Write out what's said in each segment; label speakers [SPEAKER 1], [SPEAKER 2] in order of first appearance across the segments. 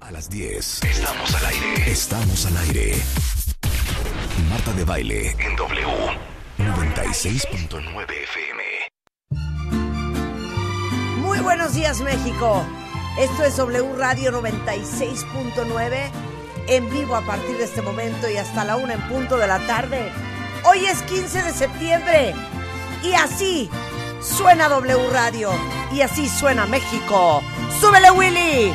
[SPEAKER 1] A las 10. Estamos al aire. Estamos al aire. Marta de baile en W. 96.9 FM.
[SPEAKER 2] Muy buenos días México. Esto es W Radio 96.9 en vivo a partir de este momento y hasta la una en punto de la tarde. Hoy es 15 de septiembre y así suena W Radio y así suena México. ¡Súbele Willy!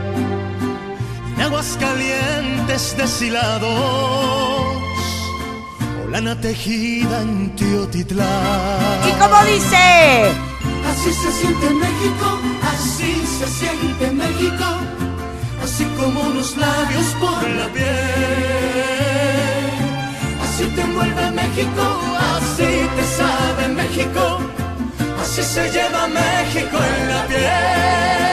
[SPEAKER 3] en aguas calientes deshilados, o lana tejida en Teotitlán.
[SPEAKER 2] Y como dice,
[SPEAKER 3] Así se siente México, así se siente México, así como unos labios por la piel. Así te envuelve México, así te sabe México, así se lleva México en la piel.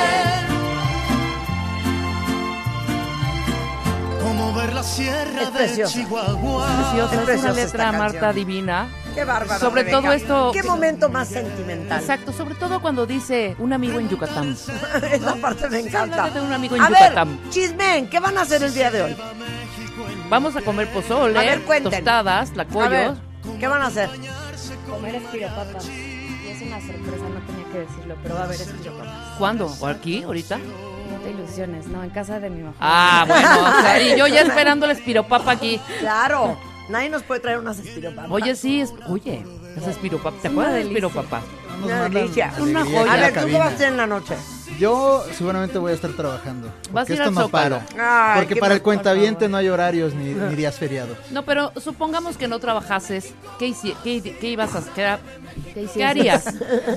[SPEAKER 3] Como ver la sierra
[SPEAKER 2] Es
[SPEAKER 3] de
[SPEAKER 2] preciosa.
[SPEAKER 3] Chihuahua.
[SPEAKER 4] preciosa,
[SPEAKER 2] Es
[SPEAKER 4] es,
[SPEAKER 2] preciosa
[SPEAKER 4] una
[SPEAKER 2] esta
[SPEAKER 4] letra Marta
[SPEAKER 2] canción.
[SPEAKER 4] divina.
[SPEAKER 2] qué bárbaro.
[SPEAKER 4] Sobre
[SPEAKER 2] Rebeca.
[SPEAKER 4] todo esto-
[SPEAKER 2] Qué momento más sentimental.
[SPEAKER 4] Exacto, sobre todo cuando dice un amigo en Yucatán.
[SPEAKER 2] Esa parte me encanta.
[SPEAKER 4] háblate de un amigo en
[SPEAKER 2] a ver,
[SPEAKER 4] Yucatán.
[SPEAKER 2] chismen, ¿qué van a hacer el día de hoy?
[SPEAKER 4] Vamos a comer pozole,
[SPEAKER 2] A ver, cuenten.
[SPEAKER 4] tostadas,
[SPEAKER 2] A ver,
[SPEAKER 4] tlacoyos.
[SPEAKER 2] ¿qué van a hacer?
[SPEAKER 5] Comer espiropapas. Y es una sorpresa, no tenía que decirlo, pero va a haber espiropapas.
[SPEAKER 4] ¿Cuándo? ¿O aquí? ¿Ahorita?
[SPEAKER 5] No te ilusiones, no, en casa de mi mamá.
[SPEAKER 4] Ah, bueno. o sea, y yo ya esperando el espiropapa aquí.
[SPEAKER 2] Claro, nadie nos puede traer unas espiropapas.
[SPEAKER 4] Oye, sí, es, oye, es espiropapa. ¿Te acuerdas del
[SPEAKER 5] delicia.
[SPEAKER 4] espiropapa?
[SPEAKER 2] Una
[SPEAKER 6] mandan
[SPEAKER 2] delicia.
[SPEAKER 4] Una
[SPEAKER 6] alegría
[SPEAKER 4] joya.
[SPEAKER 2] a
[SPEAKER 6] a
[SPEAKER 2] ver,
[SPEAKER 6] la
[SPEAKER 2] ¿tú qué
[SPEAKER 6] cabina.
[SPEAKER 2] vas a hacer en la noche?
[SPEAKER 6] Yo seguramente voy a estar trabajando. Porque
[SPEAKER 4] a ir
[SPEAKER 6] esto
[SPEAKER 4] al
[SPEAKER 6] no
[SPEAKER 4] Zócalo.
[SPEAKER 6] para.
[SPEAKER 2] Ay,
[SPEAKER 6] porque
[SPEAKER 2] qué
[SPEAKER 6] para el
[SPEAKER 2] mal-
[SPEAKER 6] cuentaviente no hay horarios ni, ni días feriados.
[SPEAKER 4] No, pero supongamos que no trabajases. ¿Qué, hici- qué, qué ibas a hacer?
[SPEAKER 5] ¿Qué, hiciste?
[SPEAKER 4] ¿Qué harías?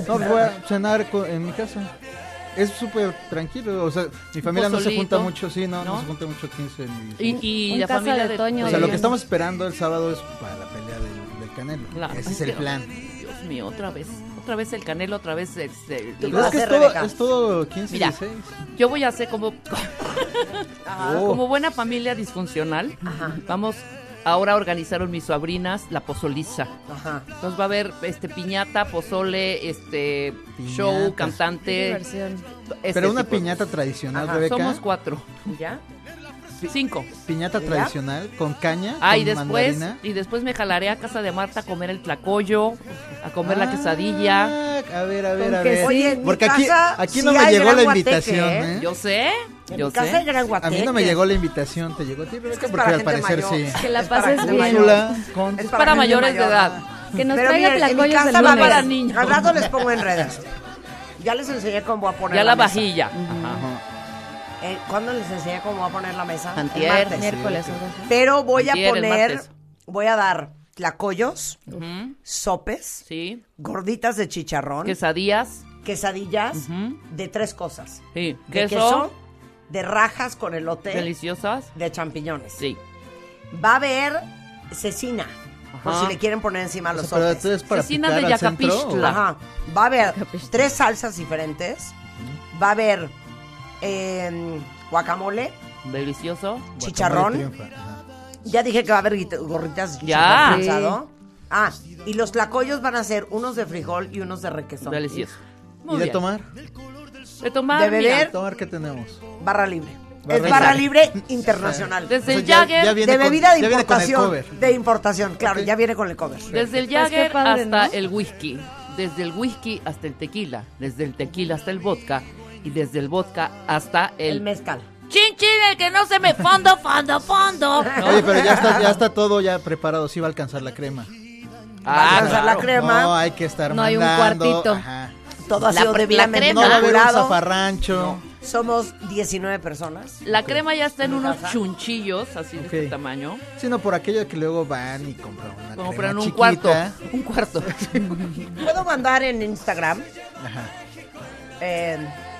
[SPEAKER 6] No, voy a cenar co- en mi casa. Es súper tranquilo. O sea, mi familia no se
[SPEAKER 4] pozolito,
[SPEAKER 6] junta mucho, sí, no, no,
[SPEAKER 4] ¿no?
[SPEAKER 6] se junta mucho 15 ni-
[SPEAKER 4] Y, y
[SPEAKER 5] Un
[SPEAKER 4] la
[SPEAKER 5] caso
[SPEAKER 4] familia
[SPEAKER 5] de
[SPEAKER 4] de
[SPEAKER 5] Toño
[SPEAKER 6] O sea, lo que
[SPEAKER 5] Oye.
[SPEAKER 6] estamos esperando el sábado es para la pelea del, del Canelo.
[SPEAKER 4] Claro.
[SPEAKER 6] Ese es el plan.
[SPEAKER 4] Dios mío, otra vez. Otra vez el canelo, otra vez este,
[SPEAKER 2] Tú
[SPEAKER 4] el-
[SPEAKER 6] Pero es
[SPEAKER 2] vas
[SPEAKER 6] que
[SPEAKER 2] a
[SPEAKER 6] es
[SPEAKER 2] hacer,
[SPEAKER 6] todo,
[SPEAKER 2] Rebeca?
[SPEAKER 6] es todo 15 y
[SPEAKER 4] Mira.
[SPEAKER 6] 16.
[SPEAKER 4] Yo voy a hacer como,
[SPEAKER 6] Oh.
[SPEAKER 4] Ah, como buena familia disfuncional.
[SPEAKER 2] Ajá.
[SPEAKER 4] Vamos ahora organizaron mis sobrinas la pozoliza.
[SPEAKER 2] Ajá.
[SPEAKER 4] Nos va a haber este piñata, pozole, este
[SPEAKER 6] Piñata.
[SPEAKER 4] show,
[SPEAKER 5] Qué
[SPEAKER 4] cantante.
[SPEAKER 5] diversión.
[SPEAKER 4] este
[SPEAKER 6] Pero una
[SPEAKER 4] tipo de
[SPEAKER 6] piñata
[SPEAKER 4] cosas.
[SPEAKER 6] tradicional,
[SPEAKER 2] Ajá,
[SPEAKER 6] Rebeca.
[SPEAKER 4] Somos cuatro,
[SPEAKER 2] ¿Ya?
[SPEAKER 4] cinco.
[SPEAKER 6] Piñata
[SPEAKER 2] ¿Ya?
[SPEAKER 6] tradicional con caña,
[SPEAKER 4] Ah, y
[SPEAKER 6] con
[SPEAKER 4] después
[SPEAKER 6] mandarina.
[SPEAKER 4] y después me jalaré a casa de Marta a comer el tlacoyo, a comer la
[SPEAKER 6] Ah,
[SPEAKER 4] quesadilla.
[SPEAKER 6] A ver, a ver,
[SPEAKER 5] Con
[SPEAKER 6] a ver.
[SPEAKER 5] quesillo.
[SPEAKER 2] Oye, en mi
[SPEAKER 6] Porque aquí,
[SPEAKER 2] casa
[SPEAKER 6] aquí
[SPEAKER 2] sí
[SPEAKER 6] no me
[SPEAKER 2] hay
[SPEAKER 6] llegó
[SPEAKER 2] gran
[SPEAKER 6] la
[SPEAKER 2] guateque,
[SPEAKER 6] invitación,
[SPEAKER 2] ¿eh?
[SPEAKER 6] ¿eh?
[SPEAKER 4] Yo sé,
[SPEAKER 2] En
[SPEAKER 4] yo
[SPEAKER 2] mi casa hay
[SPEAKER 4] sé.
[SPEAKER 2] gran
[SPEAKER 6] A mí no me
[SPEAKER 2] guateque.
[SPEAKER 6] llegó la invitación, te llegó a ti,
[SPEAKER 2] Es que
[SPEAKER 6] Rebeca,
[SPEAKER 2] es
[SPEAKER 6] porque
[SPEAKER 2] para
[SPEAKER 6] al
[SPEAKER 2] gente
[SPEAKER 6] parecer
[SPEAKER 2] mayor.
[SPEAKER 6] sí.
[SPEAKER 5] Que la
[SPEAKER 2] Es para
[SPEAKER 5] pases
[SPEAKER 2] gente
[SPEAKER 5] bien.
[SPEAKER 2] mayor.
[SPEAKER 6] Úrsula, con-
[SPEAKER 2] Es
[SPEAKER 4] Es para
[SPEAKER 2] gente
[SPEAKER 4] mayores de
[SPEAKER 2] mayor.
[SPEAKER 4] edad.
[SPEAKER 5] Que nos
[SPEAKER 2] Pero
[SPEAKER 5] traiga
[SPEAKER 2] miren, en mi
[SPEAKER 5] tlacoyos el
[SPEAKER 2] casa va
[SPEAKER 5] lunes.
[SPEAKER 2] para niños.
[SPEAKER 4] niños.
[SPEAKER 2] Al rato les pongo en redes. Ya les enseñé cómo voy a poner
[SPEAKER 4] Ya la
[SPEAKER 2] mesa.
[SPEAKER 4] vajilla. Ajá.
[SPEAKER 2] Eh, ¿Cuándo les enseñé cómo voy a poner la mesa? El
[SPEAKER 4] Antier.
[SPEAKER 2] martes.
[SPEAKER 5] Miércoles, ¿verdad?
[SPEAKER 2] Pero voy a
[SPEAKER 4] Antier, el
[SPEAKER 2] poner,
[SPEAKER 4] martes.
[SPEAKER 2] voy a dar tlacoyos,
[SPEAKER 4] Ujú,
[SPEAKER 2] sopes,
[SPEAKER 4] Sí.
[SPEAKER 2] gorditas de chicharrón,
[SPEAKER 4] Quesadillas.
[SPEAKER 2] quesadillas
[SPEAKER 4] Ujú.
[SPEAKER 2] de tres cosas.
[SPEAKER 4] Sí.
[SPEAKER 2] De
[SPEAKER 4] Queso.
[SPEAKER 2] queso, de rajas con elote,
[SPEAKER 4] Deliciosas.
[SPEAKER 2] de champiñones.
[SPEAKER 4] Sí.
[SPEAKER 2] Va a haber cecina, por
[SPEAKER 4] Ajá.
[SPEAKER 2] si le quieren poner encima los
[SPEAKER 6] O sea, pero
[SPEAKER 2] sopes.
[SPEAKER 6] esto es para
[SPEAKER 4] Cecina
[SPEAKER 6] picar
[SPEAKER 4] de
[SPEAKER 6] al centro,
[SPEAKER 4] Yacapixtla.
[SPEAKER 6] ¿o?
[SPEAKER 2] Ajá. Va a haber tres salsas diferentes. Va a haber em, guacamole.
[SPEAKER 4] Delicioso.
[SPEAKER 2] Chicharrón.
[SPEAKER 6] Guacamole triunfa, ajá.
[SPEAKER 2] Ya dije que va a haber guita- gorritas de
[SPEAKER 4] Ya.
[SPEAKER 2] chicharrón
[SPEAKER 4] Sí.
[SPEAKER 2] prensado. Ah, y los tlacoyos van a ser unos de frijol y unos de requesón.
[SPEAKER 4] Delicioso.
[SPEAKER 6] ¿Y
[SPEAKER 4] Muy
[SPEAKER 6] de
[SPEAKER 4] bien.
[SPEAKER 6] tomar?
[SPEAKER 4] De tomar.
[SPEAKER 2] De
[SPEAKER 4] mira,
[SPEAKER 2] beber.
[SPEAKER 6] ¿De tomar qué tenemos?
[SPEAKER 2] Barra libre.
[SPEAKER 6] Barra
[SPEAKER 2] es barra
[SPEAKER 6] libre.
[SPEAKER 2] libre internacional.
[SPEAKER 4] Desde el
[SPEAKER 6] Pues ya-
[SPEAKER 4] Jagger,
[SPEAKER 6] ya viene
[SPEAKER 2] de
[SPEAKER 6] con-
[SPEAKER 2] bebida de
[SPEAKER 6] ya viene con el
[SPEAKER 2] importación.
[SPEAKER 6] cover.
[SPEAKER 2] De importación, claro,
[SPEAKER 6] Ok.
[SPEAKER 2] ya viene con el cover.
[SPEAKER 4] desde el
[SPEAKER 5] Pues qué
[SPEAKER 4] Jagger
[SPEAKER 5] padre,
[SPEAKER 4] hasta
[SPEAKER 5] ¿no?
[SPEAKER 4] el whisky. Desde el whisky hasta el tequila. Desde el tequila hasta el vodka. Y desde el vodka hasta
[SPEAKER 2] El
[SPEAKER 4] el.
[SPEAKER 2] mezcal.
[SPEAKER 4] ¡Chin, chin! El que no se me fondo, fondo, fondo. ¿No?
[SPEAKER 6] Oye, pero ya está, ya está todo ya preparado, sí va a alcanzar la crema.
[SPEAKER 2] Va a
[SPEAKER 4] Ah,
[SPEAKER 2] alcanzar la
[SPEAKER 4] claro.
[SPEAKER 2] crema.
[SPEAKER 6] No, hay que estar
[SPEAKER 5] No hay un
[SPEAKER 6] mandando,
[SPEAKER 5] cuartito.
[SPEAKER 6] ajá.
[SPEAKER 2] todo ha
[SPEAKER 4] la
[SPEAKER 2] sido
[SPEAKER 4] pre- la
[SPEAKER 2] debidamente
[SPEAKER 4] crema.
[SPEAKER 6] No va a haber un
[SPEAKER 2] curado.
[SPEAKER 6] zafarrancho.
[SPEAKER 2] Somos 19 personas.
[SPEAKER 4] La crema ya está en unos
[SPEAKER 2] Ajá.
[SPEAKER 4] chunchillos, así de este
[SPEAKER 6] Ok.
[SPEAKER 4] tamaño.
[SPEAKER 6] Sino por aquello que luego van y compran una crema
[SPEAKER 4] Compran un
[SPEAKER 6] chiquita.
[SPEAKER 4] cuarto. Un cuarto.
[SPEAKER 2] Puedo mandar en Instagram
[SPEAKER 6] Ajá.
[SPEAKER 2] eh,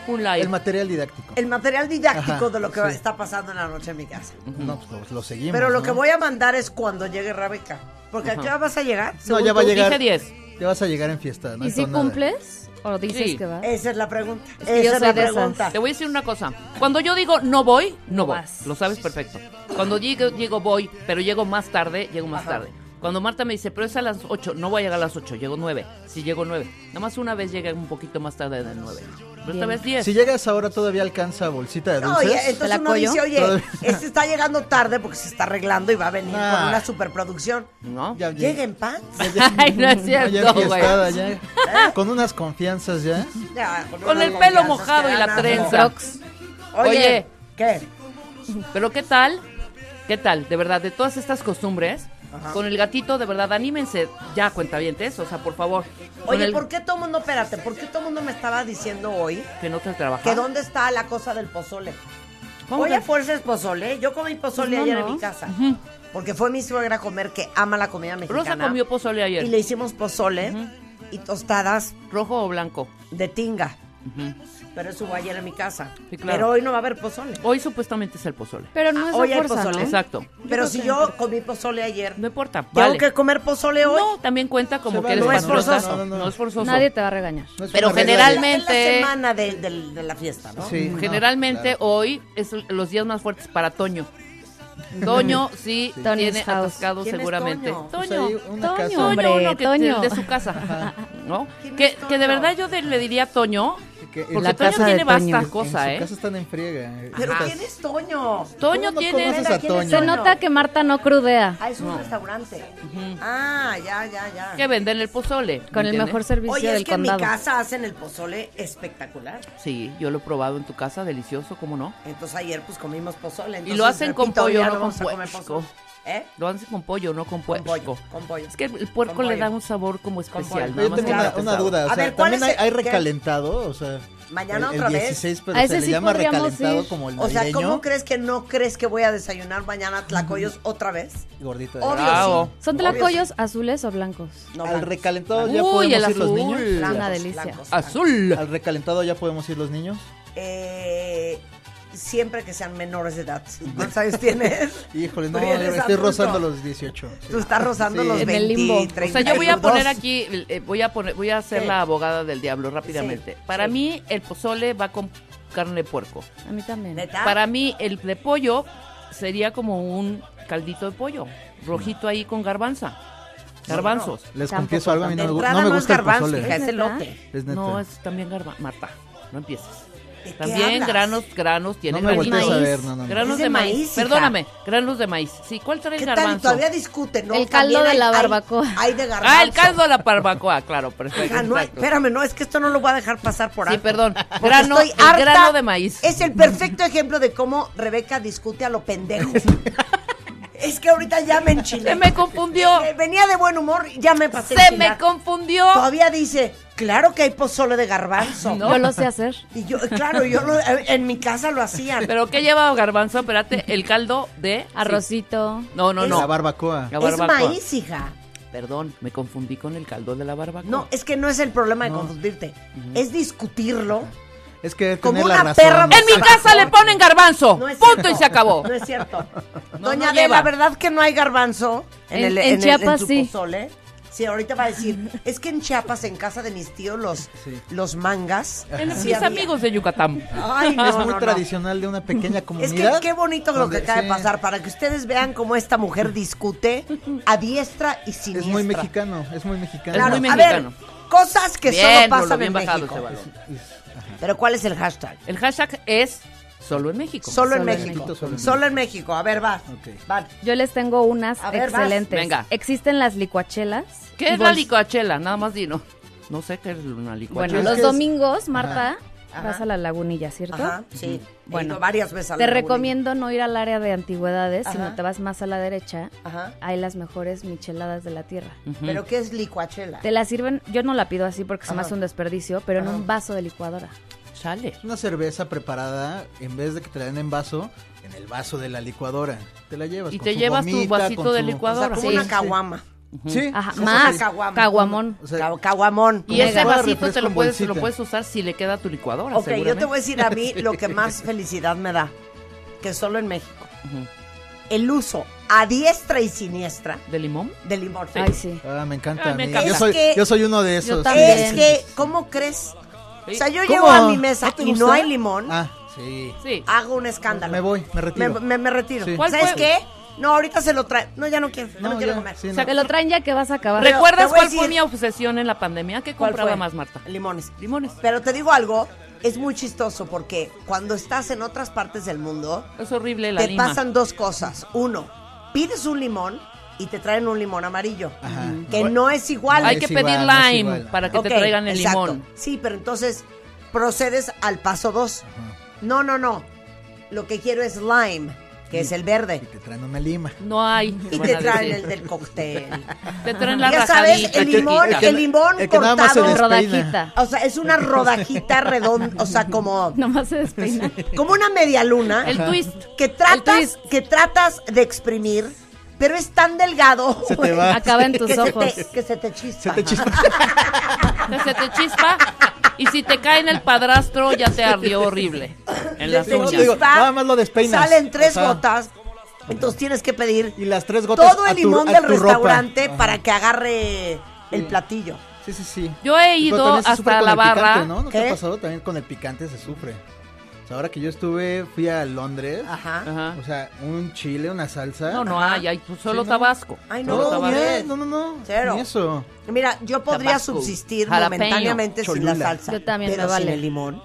[SPEAKER 4] un live.
[SPEAKER 6] El material didáctico.
[SPEAKER 2] El material didáctico
[SPEAKER 6] Ajá,
[SPEAKER 2] de lo que
[SPEAKER 6] sí.
[SPEAKER 2] está pasando en la noche en mi casa.
[SPEAKER 6] No, pues lo, lo seguimos.
[SPEAKER 2] Pero lo
[SPEAKER 6] ¿no?
[SPEAKER 2] que voy a mandar es cuando llegue Rebeca. Porque
[SPEAKER 4] Ajá.
[SPEAKER 2] aquí vas a llegar.
[SPEAKER 6] No,
[SPEAKER 4] Según
[SPEAKER 6] ya va a
[SPEAKER 4] tú,
[SPEAKER 6] llegar.
[SPEAKER 4] Dije 10.
[SPEAKER 6] Ya vas a llegar en fiesta. No
[SPEAKER 5] ¿Y si
[SPEAKER 6] Con nada.
[SPEAKER 5] cumples? ¿O dices
[SPEAKER 4] Sí.
[SPEAKER 5] que vas?
[SPEAKER 2] Esa es la pregunta.
[SPEAKER 5] que yo
[SPEAKER 2] Esa es
[SPEAKER 5] soy
[SPEAKER 2] la
[SPEAKER 5] de esas.
[SPEAKER 2] pregunta.
[SPEAKER 4] Te voy a decir una cosa. Cuando yo digo no voy, no
[SPEAKER 5] No
[SPEAKER 4] voy.
[SPEAKER 5] vas.
[SPEAKER 4] Lo sabes perfecto. Cuando llego, llego voy, pero llego más tarde, llego más tarde. Cuando Marta me dice, pero es a las 8, no voy a llegar a las 8, llego 9. Si llego 9. Nada más una vez llegué un poquito más tarde de 9. Pero esta
[SPEAKER 5] Bien.
[SPEAKER 4] vez 10.
[SPEAKER 6] Si llegas ahora todavía alcanza bolsita de
[SPEAKER 2] No, y
[SPEAKER 6] dulces.
[SPEAKER 5] ¿Te
[SPEAKER 2] entonces
[SPEAKER 5] la
[SPEAKER 2] uno dice,
[SPEAKER 5] apoyo?
[SPEAKER 2] oye,
[SPEAKER 6] Todavía.
[SPEAKER 2] este está llegando tarde porque se está arreglando y va a venir con
[SPEAKER 6] Ah.
[SPEAKER 2] una superproducción.
[SPEAKER 4] ¿No?
[SPEAKER 6] Ya
[SPEAKER 2] Llega en paz.
[SPEAKER 4] Ay, no es
[SPEAKER 6] No, ya
[SPEAKER 4] cierto, güey.
[SPEAKER 6] enfiestada, ya. Con unas confianzas ya.
[SPEAKER 2] Ya,
[SPEAKER 4] Con
[SPEAKER 2] unas
[SPEAKER 4] el pelo
[SPEAKER 2] longanzas
[SPEAKER 4] mojado
[SPEAKER 2] que
[SPEAKER 4] y la
[SPEAKER 2] dan asco.
[SPEAKER 4] trenza.
[SPEAKER 5] Crocs.
[SPEAKER 2] Oye,
[SPEAKER 4] Oye.
[SPEAKER 2] ¿qué?
[SPEAKER 4] Pero qué tal, qué tal, de verdad, de todas estas costumbres, con el gatito, de verdad, anímense ya, cuentavientes, o sea, por favor. con
[SPEAKER 2] Oye,
[SPEAKER 4] el-
[SPEAKER 2] ¿por qué todo mundo, espérate, por qué todo mundo me estaba diciendo hoy
[SPEAKER 4] Que no te trabajas.
[SPEAKER 2] que dónde está la cosa del pozole?
[SPEAKER 4] ¿Ah? ¿Cómo
[SPEAKER 2] Hoy
[SPEAKER 4] que-
[SPEAKER 2] a fuerza es pozole. Yo comí pozole
[SPEAKER 5] Pues no,
[SPEAKER 2] ayer en
[SPEAKER 5] no.
[SPEAKER 2] mi casa.
[SPEAKER 4] Ujú.
[SPEAKER 2] Porque fue mi suegra a comer, que ama la comida mexicana.
[SPEAKER 4] Rosa comió pozole ayer.
[SPEAKER 2] Y le hicimos pozole
[SPEAKER 4] Ujú.
[SPEAKER 2] y tostadas
[SPEAKER 4] ¿Rojo o blanco?
[SPEAKER 2] de tinga.
[SPEAKER 4] Ujú.
[SPEAKER 2] Pero eso hubo ayer en mi casa.
[SPEAKER 4] Sí, claro.
[SPEAKER 2] Pero hoy no va a haber pozole.
[SPEAKER 4] Hoy supuestamente es el pozole.
[SPEAKER 5] Pero no
[SPEAKER 2] Ah,
[SPEAKER 5] es
[SPEAKER 2] hoy
[SPEAKER 5] de
[SPEAKER 2] hay
[SPEAKER 5] fuerza,
[SPEAKER 2] pozole.
[SPEAKER 5] ¿no?
[SPEAKER 4] Exacto.
[SPEAKER 2] Pero
[SPEAKER 5] no
[SPEAKER 2] si
[SPEAKER 5] sé.
[SPEAKER 2] yo comí pozole ayer,
[SPEAKER 4] No importa.
[SPEAKER 2] ¿tengo
[SPEAKER 4] Vale.
[SPEAKER 2] que comer pozole hoy?
[SPEAKER 4] No, también cuenta como
[SPEAKER 6] Se
[SPEAKER 4] que eres
[SPEAKER 2] vale. No es
[SPEAKER 4] patriota.
[SPEAKER 2] forzoso.
[SPEAKER 4] No, es forzoso.
[SPEAKER 5] Nadie te va a regañar.
[SPEAKER 6] No es
[SPEAKER 4] Pero
[SPEAKER 6] una regla
[SPEAKER 4] generalmente-
[SPEAKER 2] Es la semana de, del- de la fiesta, ¿no?
[SPEAKER 6] de- Sí, no,
[SPEAKER 4] Generalmente
[SPEAKER 6] claro.
[SPEAKER 4] hoy es los días más fuertes para Toño. Toño sí,
[SPEAKER 5] Toño's
[SPEAKER 4] tiene
[SPEAKER 5] house.
[SPEAKER 4] atascado
[SPEAKER 2] ¿Quién es
[SPEAKER 4] seguramente.
[SPEAKER 2] Toño?
[SPEAKER 6] Pues
[SPEAKER 4] Toño.
[SPEAKER 6] ahí una
[SPEAKER 5] Toño.
[SPEAKER 6] casa.
[SPEAKER 4] Toño,
[SPEAKER 5] Hombre,
[SPEAKER 4] uno que
[SPEAKER 5] Toño.
[SPEAKER 4] de su casa, ¿no?
[SPEAKER 2] ¿Quién
[SPEAKER 4] Que,
[SPEAKER 2] es Toño?
[SPEAKER 4] que de verdad yo de- le diría a Toño,
[SPEAKER 6] Que en
[SPEAKER 4] porque
[SPEAKER 5] La
[SPEAKER 6] su
[SPEAKER 4] Toño
[SPEAKER 5] casa de
[SPEAKER 4] tiene
[SPEAKER 5] Toño.
[SPEAKER 4] vastas
[SPEAKER 5] En su
[SPEAKER 4] cosas,
[SPEAKER 6] en su
[SPEAKER 4] ¿eh?
[SPEAKER 6] casa están en friega. eh.
[SPEAKER 2] Pero
[SPEAKER 4] Ajá.
[SPEAKER 2] ¿quién es Toño?
[SPEAKER 4] Toño
[SPEAKER 6] ¿Cómo no
[SPEAKER 4] tiene...
[SPEAKER 6] conoces a
[SPEAKER 2] ¿Quién es
[SPEAKER 6] Toño?
[SPEAKER 5] Se nota que Marta no crudea
[SPEAKER 2] Ah, es un restaurante. Ah, ya, ya, ya.
[SPEAKER 4] que venden el pozole. ¿me
[SPEAKER 5] con el
[SPEAKER 4] entiendes?
[SPEAKER 5] mejor servicio
[SPEAKER 2] Oye, es
[SPEAKER 5] del
[SPEAKER 2] que
[SPEAKER 5] condado.
[SPEAKER 2] en mi casa hacen el pozole espectacular.
[SPEAKER 4] Sí, yo lo he probado en tu casa, delicioso, ¿cómo no?
[SPEAKER 2] Entonces ayer pues comimos pozole.
[SPEAKER 4] Y
[SPEAKER 2] Entonces,
[SPEAKER 4] lo hacen con
[SPEAKER 2] repito, hoy
[SPEAKER 4] pollo,
[SPEAKER 2] ya
[SPEAKER 4] no
[SPEAKER 2] vamos
[SPEAKER 4] con
[SPEAKER 2] a comer
[SPEAKER 4] puerco.
[SPEAKER 2] pozole. ¿Eh?
[SPEAKER 4] Lo hacen con pollo, no con puerco.
[SPEAKER 2] Con pollo, con pollo.
[SPEAKER 4] Es que el puerco
[SPEAKER 2] Con
[SPEAKER 4] le
[SPEAKER 2] pollo.
[SPEAKER 4] da un sabor como especial.
[SPEAKER 2] pollo.
[SPEAKER 4] nada
[SPEAKER 6] Yo
[SPEAKER 4] más
[SPEAKER 6] tengo
[SPEAKER 4] que
[SPEAKER 6] una,
[SPEAKER 4] está
[SPEAKER 6] una
[SPEAKER 4] pesado.
[SPEAKER 6] duda. O
[SPEAKER 2] A
[SPEAKER 6] sea,
[SPEAKER 2] ver, ¿cuál
[SPEAKER 6] también
[SPEAKER 2] es
[SPEAKER 6] hay,
[SPEAKER 2] el-
[SPEAKER 6] hay
[SPEAKER 2] qué?
[SPEAKER 6] recalentado. O sea,
[SPEAKER 2] Mañana
[SPEAKER 6] el,
[SPEAKER 2] otra
[SPEAKER 6] el
[SPEAKER 2] vez.
[SPEAKER 6] 16, pero
[SPEAKER 5] A
[SPEAKER 6] se
[SPEAKER 5] ese
[SPEAKER 6] le
[SPEAKER 5] sí
[SPEAKER 6] llama
[SPEAKER 5] podríamos
[SPEAKER 6] recalentado
[SPEAKER 5] ir.
[SPEAKER 6] como el
[SPEAKER 2] O sea,
[SPEAKER 6] navideño.
[SPEAKER 2] ¿cómo crees que no crees que voy a desayunar mañana tlacoyos otra vez?
[SPEAKER 6] Gordito. de-
[SPEAKER 2] Obvio
[SPEAKER 4] Bravo.
[SPEAKER 2] sí.
[SPEAKER 5] ¿Son tlacoyos azules o blancos?
[SPEAKER 2] No,
[SPEAKER 6] al
[SPEAKER 2] blancos,
[SPEAKER 6] recalentado
[SPEAKER 4] Uy,
[SPEAKER 6] ya
[SPEAKER 4] el
[SPEAKER 6] podemos ir los
[SPEAKER 4] azul.
[SPEAKER 6] niños.
[SPEAKER 5] Es una
[SPEAKER 2] blancos,
[SPEAKER 5] delicia.
[SPEAKER 2] blancos.
[SPEAKER 4] Azul.
[SPEAKER 6] Al recalentado ya podemos ir los niños.
[SPEAKER 2] Eh, siempre que sean menores de edad. ¿Cuántos años tienes?
[SPEAKER 6] Híjole, no,
[SPEAKER 2] Pero ya eres
[SPEAKER 6] estoy
[SPEAKER 2] adulto.
[SPEAKER 6] rozando los 18. sí.
[SPEAKER 2] Tú estás rozando
[SPEAKER 6] Sí.
[SPEAKER 2] los
[SPEAKER 5] En el limbo.
[SPEAKER 2] 20,
[SPEAKER 4] O sea, yo voy a
[SPEAKER 2] 32.
[SPEAKER 4] poner aquí, eh, voy a poner, voy a ser
[SPEAKER 2] Sí.
[SPEAKER 4] la abogada del diablo rápidamente.
[SPEAKER 2] Sí,
[SPEAKER 4] Para
[SPEAKER 2] sí.
[SPEAKER 4] mí el pozole va con carne de puerco.
[SPEAKER 5] A mí también.
[SPEAKER 2] ¿Neta?
[SPEAKER 4] Para mí el de pollo sería como un caldito de pollo, rojito ahí con garbanza, garbanzos.
[SPEAKER 6] Les
[SPEAKER 5] Tampoco
[SPEAKER 6] confieso algo, a mí
[SPEAKER 2] De
[SPEAKER 6] no me, gu-
[SPEAKER 2] entrada
[SPEAKER 6] no me
[SPEAKER 2] no es
[SPEAKER 6] gusta el
[SPEAKER 2] garbanzo,
[SPEAKER 6] pozole.
[SPEAKER 2] hija, es
[SPEAKER 5] ¿Es neta?
[SPEAKER 2] elote.
[SPEAKER 6] Es neta.
[SPEAKER 4] No, es también garbanza. Marta, no empieces.
[SPEAKER 2] ¿De qué
[SPEAKER 4] También
[SPEAKER 2] hablas?
[SPEAKER 4] granos, granos, tiene
[SPEAKER 6] no me
[SPEAKER 4] granitos.
[SPEAKER 6] voltees a
[SPEAKER 5] Maíz.
[SPEAKER 6] ver, no, no, no.
[SPEAKER 4] Granos
[SPEAKER 2] Es de
[SPEAKER 4] de maíz.
[SPEAKER 2] maíz, hija.
[SPEAKER 4] Perdóname, granos de maíz. Sí, ¿cuál trae el
[SPEAKER 2] ¿Qué
[SPEAKER 4] garbanzo?
[SPEAKER 2] tal? Todavía discuten, ¿no?
[SPEAKER 5] El caldo
[SPEAKER 2] También
[SPEAKER 5] de
[SPEAKER 2] hay-
[SPEAKER 5] la
[SPEAKER 2] hay-
[SPEAKER 5] barbacoa.
[SPEAKER 2] Hay de garbanzo.
[SPEAKER 4] Ah, el caldo de la barbacoa, claro, perfecto.
[SPEAKER 2] Hija, no hay-
[SPEAKER 4] exacto.
[SPEAKER 2] espérame, no, es que esto no lo voy a dejar pasar por
[SPEAKER 4] Sí,
[SPEAKER 2] alto.
[SPEAKER 4] perdón.
[SPEAKER 2] Porque
[SPEAKER 4] Grano,
[SPEAKER 2] estoy
[SPEAKER 4] el
[SPEAKER 2] harta.
[SPEAKER 4] grano de maíz.
[SPEAKER 2] Es el perfecto ejemplo de cómo Rebeca discute a lo pendejo. es que ahorita ya me enchilé.
[SPEAKER 4] Se me confundió.
[SPEAKER 2] Eh, Venía de buen humor, ya me pasé.
[SPEAKER 4] Se
[SPEAKER 2] enchilar.
[SPEAKER 4] me confundió.
[SPEAKER 2] Todavía dice, claro que hay pozole de garbanzo.
[SPEAKER 5] Yo lo sé hacer.
[SPEAKER 2] Y yo, claro, yo lo- eh, en mi casa lo hacían.
[SPEAKER 4] ¿Pero qué lleva garbanzo? Espérate, el caldo de
[SPEAKER 5] Arrocito.
[SPEAKER 4] No, no,
[SPEAKER 2] Es-
[SPEAKER 6] La
[SPEAKER 4] no.
[SPEAKER 6] barbacoa.
[SPEAKER 4] La
[SPEAKER 2] es
[SPEAKER 4] barbacoa.
[SPEAKER 2] maíz, hija.
[SPEAKER 4] Perdón, me confundí con el caldo de la barbacoa.
[SPEAKER 2] No, es que no es el problema de
[SPEAKER 6] No.
[SPEAKER 2] confundirte. Es discutirlo.
[SPEAKER 6] Es que
[SPEAKER 2] Como
[SPEAKER 6] tener
[SPEAKER 2] una
[SPEAKER 6] la razón.
[SPEAKER 2] perra
[SPEAKER 4] En mi casa le ponen garbanzo.
[SPEAKER 2] No es
[SPEAKER 4] punto
[SPEAKER 2] cierto.
[SPEAKER 4] y se acabó.
[SPEAKER 2] No es cierto.
[SPEAKER 4] No,
[SPEAKER 2] Doña
[SPEAKER 4] no
[SPEAKER 2] de
[SPEAKER 4] lleva.
[SPEAKER 2] la verdad que no hay garbanzo en,
[SPEAKER 5] En-
[SPEAKER 2] el,
[SPEAKER 5] en
[SPEAKER 2] en el- en
[SPEAKER 5] Chiapas
[SPEAKER 2] su
[SPEAKER 5] sí.
[SPEAKER 2] pozole. Sí, ahorita va a decir, es que en Chiapas, en casa de mis tíos, los,
[SPEAKER 6] Sí.
[SPEAKER 2] los mangas.
[SPEAKER 4] En mis
[SPEAKER 2] sí había.
[SPEAKER 4] amigos de Yucatán.
[SPEAKER 2] Ay, no,
[SPEAKER 6] es muy
[SPEAKER 2] no, no.
[SPEAKER 6] tradicional de una pequeña
[SPEAKER 2] Es
[SPEAKER 6] comunidad.
[SPEAKER 2] que qué bonito lo que
[SPEAKER 6] donde-
[SPEAKER 2] acaba de
[SPEAKER 6] sí,
[SPEAKER 2] pasar, para que ustedes vean cómo esta mujer discute a diestra y
[SPEAKER 6] Es
[SPEAKER 2] siniestra.
[SPEAKER 6] muy mexicano, es muy mexicano.
[SPEAKER 2] Claro,
[SPEAKER 4] muy
[SPEAKER 2] a
[SPEAKER 4] mexicano.
[SPEAKER 2] ver, cosas que
[SPEAKER 4] Bien,
[SPEAKER 2] solo pasan
[SPEAKER 4] Rulo, bien
[SPEAKER 2] en
[SPEAKER 4] bajado
[SPEAKER 2] México.
[SPEAKER 4] ese valor.
[SPEAKER 2] Pero ¿cuál es el hashtag?
[SPEAKER 4] El hashtag es solo en México.
[SPEAKER 2] Solo, en
[SPEAKER 5] en
[SPEAKER 2] México.
[SPEAKER 6] México, solo en
[SPEAKER 2] Solo en México. A ver, vas.
[SPEAKER 6] Ok.
[SPEAKER 2] Vas.
[SPEAKER 5] Yo les tengo unas
[SPEAKER 2] A ver, vas.
[SPEAKER 5] excelentes.
[SPEAKER 4] Venga.
[SPEAKER 5] Existen las licuachelas.
[SPEAKER 4] ¿Qué es
[SPEAKER 5] Bols-
[SPEAKER 4] la licuachela? Nada más dino. No sé qué es una licuachela.
[SPEAKER 5] Bueno,
[SPEAKER 6] Es
[SPEAKER 5] los
[SPEAKER 6] que es-
[SPEAKER 5] domingos, Marta,
[SPEAKER 2] Ajá.
[SPEAKER 5] vas a la lagunilla, ¿cierto?
[SPEAKER 2] Ajá, sí.
[SPEAKER 5] Bueno,
[SPEAKER 2] Bueno, varias veces a la
[SPEAKER 5] Te
[SPEAKER 2] reunión.
[SPEAKER 5] recomiendo no ir al área de antigüedades,
[SPEAKER 2] Ajá.
[SPEAKER 5] sino te vas más a la derecha.
[SPEAKER 2] Ajá.
[SPEAKER 5] Hay las mejores micheladas de la tierra.
[SPEAKER 4] Ujú.
[SPEAKER 2] ¿Pero qué es licuachela?
[SPEAKER 5] Te la sirven, yo no la pido así porque se me
[SPEAKER 2] Ajá.
[SPEAKER 5] hace un desperdicio, pero
[SPEAKER 2] Ajá.
[SPEAKER 5] en un vaso de licuadora.
[SPEAKER 4] Chale.
[SPEAKER 6] Es una cerveza preparada, en vez de que te la den en vaso, en el vaso de la licuadora. Te la llevas
[SPEAKER 4] Y
[SPEAKER 6] con
[SPEAKER 4] te
[SPEAKER 6] su
[SPEAKER 4] llevas tu
[SPEAKER 6] gomita,
[SPEAKER 4] vasito
[SPEAKER 6] con
[SPEAKER 4] de
[SPEAKER 6] su-
[SPEAKER 2] O sea,
[SPEAKER 4] licuadora.
[SPEAKER 2] como
[SPEAKER 5] Sí,
[SPEAKER 2] una
[SPEAKER 5] sí.
[SPEAKER 2] caguama.
[SPEAKER 6] Sí.
[SPEAKER 5] Ajá,
[SPEAKER 6] sí, sí,
[SPEAKER 5] más.
[SPEAKER 6] sí.
[SPEAKER 2] Caguama.
[SPEAKER 5] Caguamón.
[SPEAKER 6] O sea,
[SPEAKER 2] Ca- Caguamón.
[SPEAKER 4] Y ese
[SPEAKER 5] Mega.
[SPEAKER 4] vasito te
[SPEAKER 6] Refresco
[SPEAKER 4] lo
[SPEAKER 6] en
[SPEAKER 4] puedes, lo
[SPEAKER 6] bolsita.
[SPEAKER 4] puedes usar si le queda a tu licuadora.
[SPEAKER 2] Ok, yo te
[SPEAKER 4] seguramente.
[SPEAKER 2] voy a decir a mí lo que más felicidad me da, que solo en México. El uso a diestra y siniestra
[SPEAKER 4] ¿De limón?
[SPEAKER 2] del limón.
[SPEAKER 5] Ay, sí.
[SPEAKER 6] Ah, me encanta.
[SPEAKER 4] Ay, me
[SPEAKER 6] a mí.
[SPEAKER 4] encanta.
[SPEAKER 6] Yo,
[SPEAKER 2] Es
[SPEAKER 6] soy,
[SPEAKER 2] que-
[SPEAKER 6] yo soy uno de esos.
[SPEAKER 5] también.
[SPEAKER 2] Es que, ¿cómo crees? O sea, yo
[SPEAKER 6] ¿Cómo?
[SPEAKER 2] llego a mi mesa
[SPEAKER 6] ¿No te
[SPEAKER 2] y no
[SPEAKER 6] gusta?
[SPEAKER 2] hay limón,
[SPEAKER 6] Ah, sí.
[SPEAKER 4] Sí.
[SPEAKER 2] hago un escándalo.
[SPEAKER 6] Me voy, me
[SPEAKER 2] Me,
[SPEAKER 6] retiro.
[SPEAKER 2] me- me retiro.
[SPEAKER 6] Sí.
[SPEAKER 4] ¿Cuál
[SPEAKER 2] ¿Sabes
[SPEAKER 4] fue?
[SPEAKER 2] qué? No, ahorita se lo trae. No, ya no quiero, ya no,
[SPEAKER 6] No,
[SPEAKER 2] quiero
[SPEAKER 6] ya,
[SPEAKER 2] comer.
[SPEAKER 6] sí,
[SPEAKER 4] O sea,
[SPEAKER 6] no.
[SPEAKER 5] Te lo traen ya que vas a acabar.
[SPEAKER 2] Pero- te
[SPEAKER 4] ¿Recuerdas
[SPEAKER 2] voy a
[SPEAKER 4] cuál fue
[SPEAKER 2] decir-
[SPEAKER 4] mi obsesión en la pandemia? ¿Qué
[SPEAKER 2] ¿Cuál
[SPEAKER 4] compraba
[SPEAKER 2] fue?
[SPEAKER 4] más, Marta?
[SPEAKER 2] Limones.
[SPEAKER 4] Limones.
[SPEAKER 2] Pero te digo algo, es muy chistoso porque cuando estás en otras partes del mundo,
[SPEAKER 4] Es horrible la
[SPEAKER 2] te
[SPEAKER 4] lima.
[SPEAKER 2] pasan dos cosas. Uno, pides un limón y te traen un limón amarillo, que no es igual.
[SPEAKER 4] Hay
[SPEAKER 6] Es
[SPEAKER 4] que
[SPEAKER 6] igual,
[SPEAKER 4] pedir
[SPEAKER 6] es
[SPEAKER 4] lime
[SPEAKER 6] igual.
[SPEAKER 4] para que
[SPEAKER 2] Ok,
[SPEAKER 4] te traigan el
[SPEAKER 2] exacto.
[SPEAKER 4] limón.
[SPEAKER 2] Sí, pero entonces procedes al paso dos. No, no, no. Lo que quiero es lime, que es el
[SPEAKER 6] Y
[SPEAKER 2] verde.
[SPEAKER 6] te traen una lima.
[SPEAKER 4] No hay.
[SPEAKER 2] Y
[SPEAKER 4] van
[SPEAKER 2] te
[SPEAKER 4] a
[SPEAKER 2] traen el
[SPEAKER 4] decir.
[SPEAKER 2] del cóctel.
[SPEAKER 4] Te traen la
[SPEAKER 2] Ya sabes,
[SPEAKER 4] rajadita
[SPEAKER 2] el limón,
[SPEAKER 4] chiquita.
[SPEAKER 2] el limón
[SPEAKER 6] el que nada más se
[SPEAKER 2] cortado.
[SPEAKER 6] despeina.
[SPEAKER 5] Rodajita.
[SPEAKER 2] O sea, es una rodajita redonda, o sea, como,
[SPEAKER 5] Nomás se despeina.
[SPEAKER 2] como una media luna.
[SPEAKER 4] El twist.
[SPEAKER 2] que tratas,
[SPEAKER 5] El twist.
[SPEAKER 2] que tratas de exprimir, pero es tan delgado.
[SPEAKER 6] Se te
[SPEAKER 2] güey,
[SPEAKER 6] va.
[SPEAKER 5] Acaba en tus
[SPEAKER 2] que se
[SPEAKER 5] ojos.
[SPEAKER 2] te- que se te chispa.
[SPEAKER 6] Se te chispa.
[SPEAKER 4] Que se te chispa. Y si te cae en el padrastro, ya te ardió horrible. En las
[SPEAKER 2] Se te
[SPEAKER 6] No,
[SPEAKER 4] uñas.
[SPEAKER 6] te digo,
[SPEAKER 2] chispa,
[SPEAKER 6] nada más lo despeinas.
[SPEAKER 2] Salen tres
[SPEAKER 6] Ajá.
[SPEAKER 2] gotas, entonces tienes que pedir
[SPEAKER 6] Y las tres gotas
[SPEAKER 2] todo
[SPEAKER 6] a
[SPEAKER 2] el
[SPEAKER 6] tu-
[SPEAKER 2] limón
[SPEAKER 6] a
[SPEAKER 2] del
[SPEAKER 6] tu ropa.
[SPEAKER 2] restaurante
[SPEAKER 6] Ajá.
[SPEAKER 2] para que agarre el platillo.
[SPEAKER 6] Sí, sí, sí.
[SPEAKER 4] Yo he
[SPEAKER 6] Y pero
[SPEAKER 4] ido
[SPEAKER 6] también se
[SPEAKER 4] hasta
[SPEAKER 6] sufre con
[SPEAKER 4] la
[SPEAKER 6] el picante,
[SPEAKER 4] barra.
[SPEAKER 6] ¿no? ¿No te
[SPEAKER 2] ¿Qué?
[SPEAKER 6] ha pasado? También con el picante se sufre. O sea, ahora que yo estuve, fui a Londres.
[SPEAKER 2] Ajá.
[SPEAKER 4] Ajá.
[SPEAKER 6] O sea, un chile, una salsa.
[SPEAKER 4] No, no
[SPEAKER 2] Ajá.
[SPEAKER 4] hay, hay pues, solo
[SPEAKER 6] Sí, no.
[SPEAKER 4] Tabasco.
[SPEAKER 2] Ay,
[SPEAKER 4] Solo
[SPEAKER 2] no,
[SPEAKER 6] No,
[SPEAKER 4] Tabasco.
[SPEAKER 2] bien.
[SPEAKER 6] ni- no, no, no.
[SPEAKER 2] Cero.
[SPEAKER 6] Ni eso.
[SPEAKER 2] Mira, yo podría
[SPEAKER 4] Tabasco,
[SPEAKER 2] subsistir
[SPEAKER 4] jalapeño,
[SPEAKER 2] momentáneamente
[SPEAKER 6] cholula.
[SPEAKER 2] sin la salsa.
[SPEAKER 5] Yo también,
[SPEAKER 2] pero
[SPEAKER 5] me
[SPEAKER 2] sin
[SPEAKER 5] vale.
[SPEAKER 2] el limón.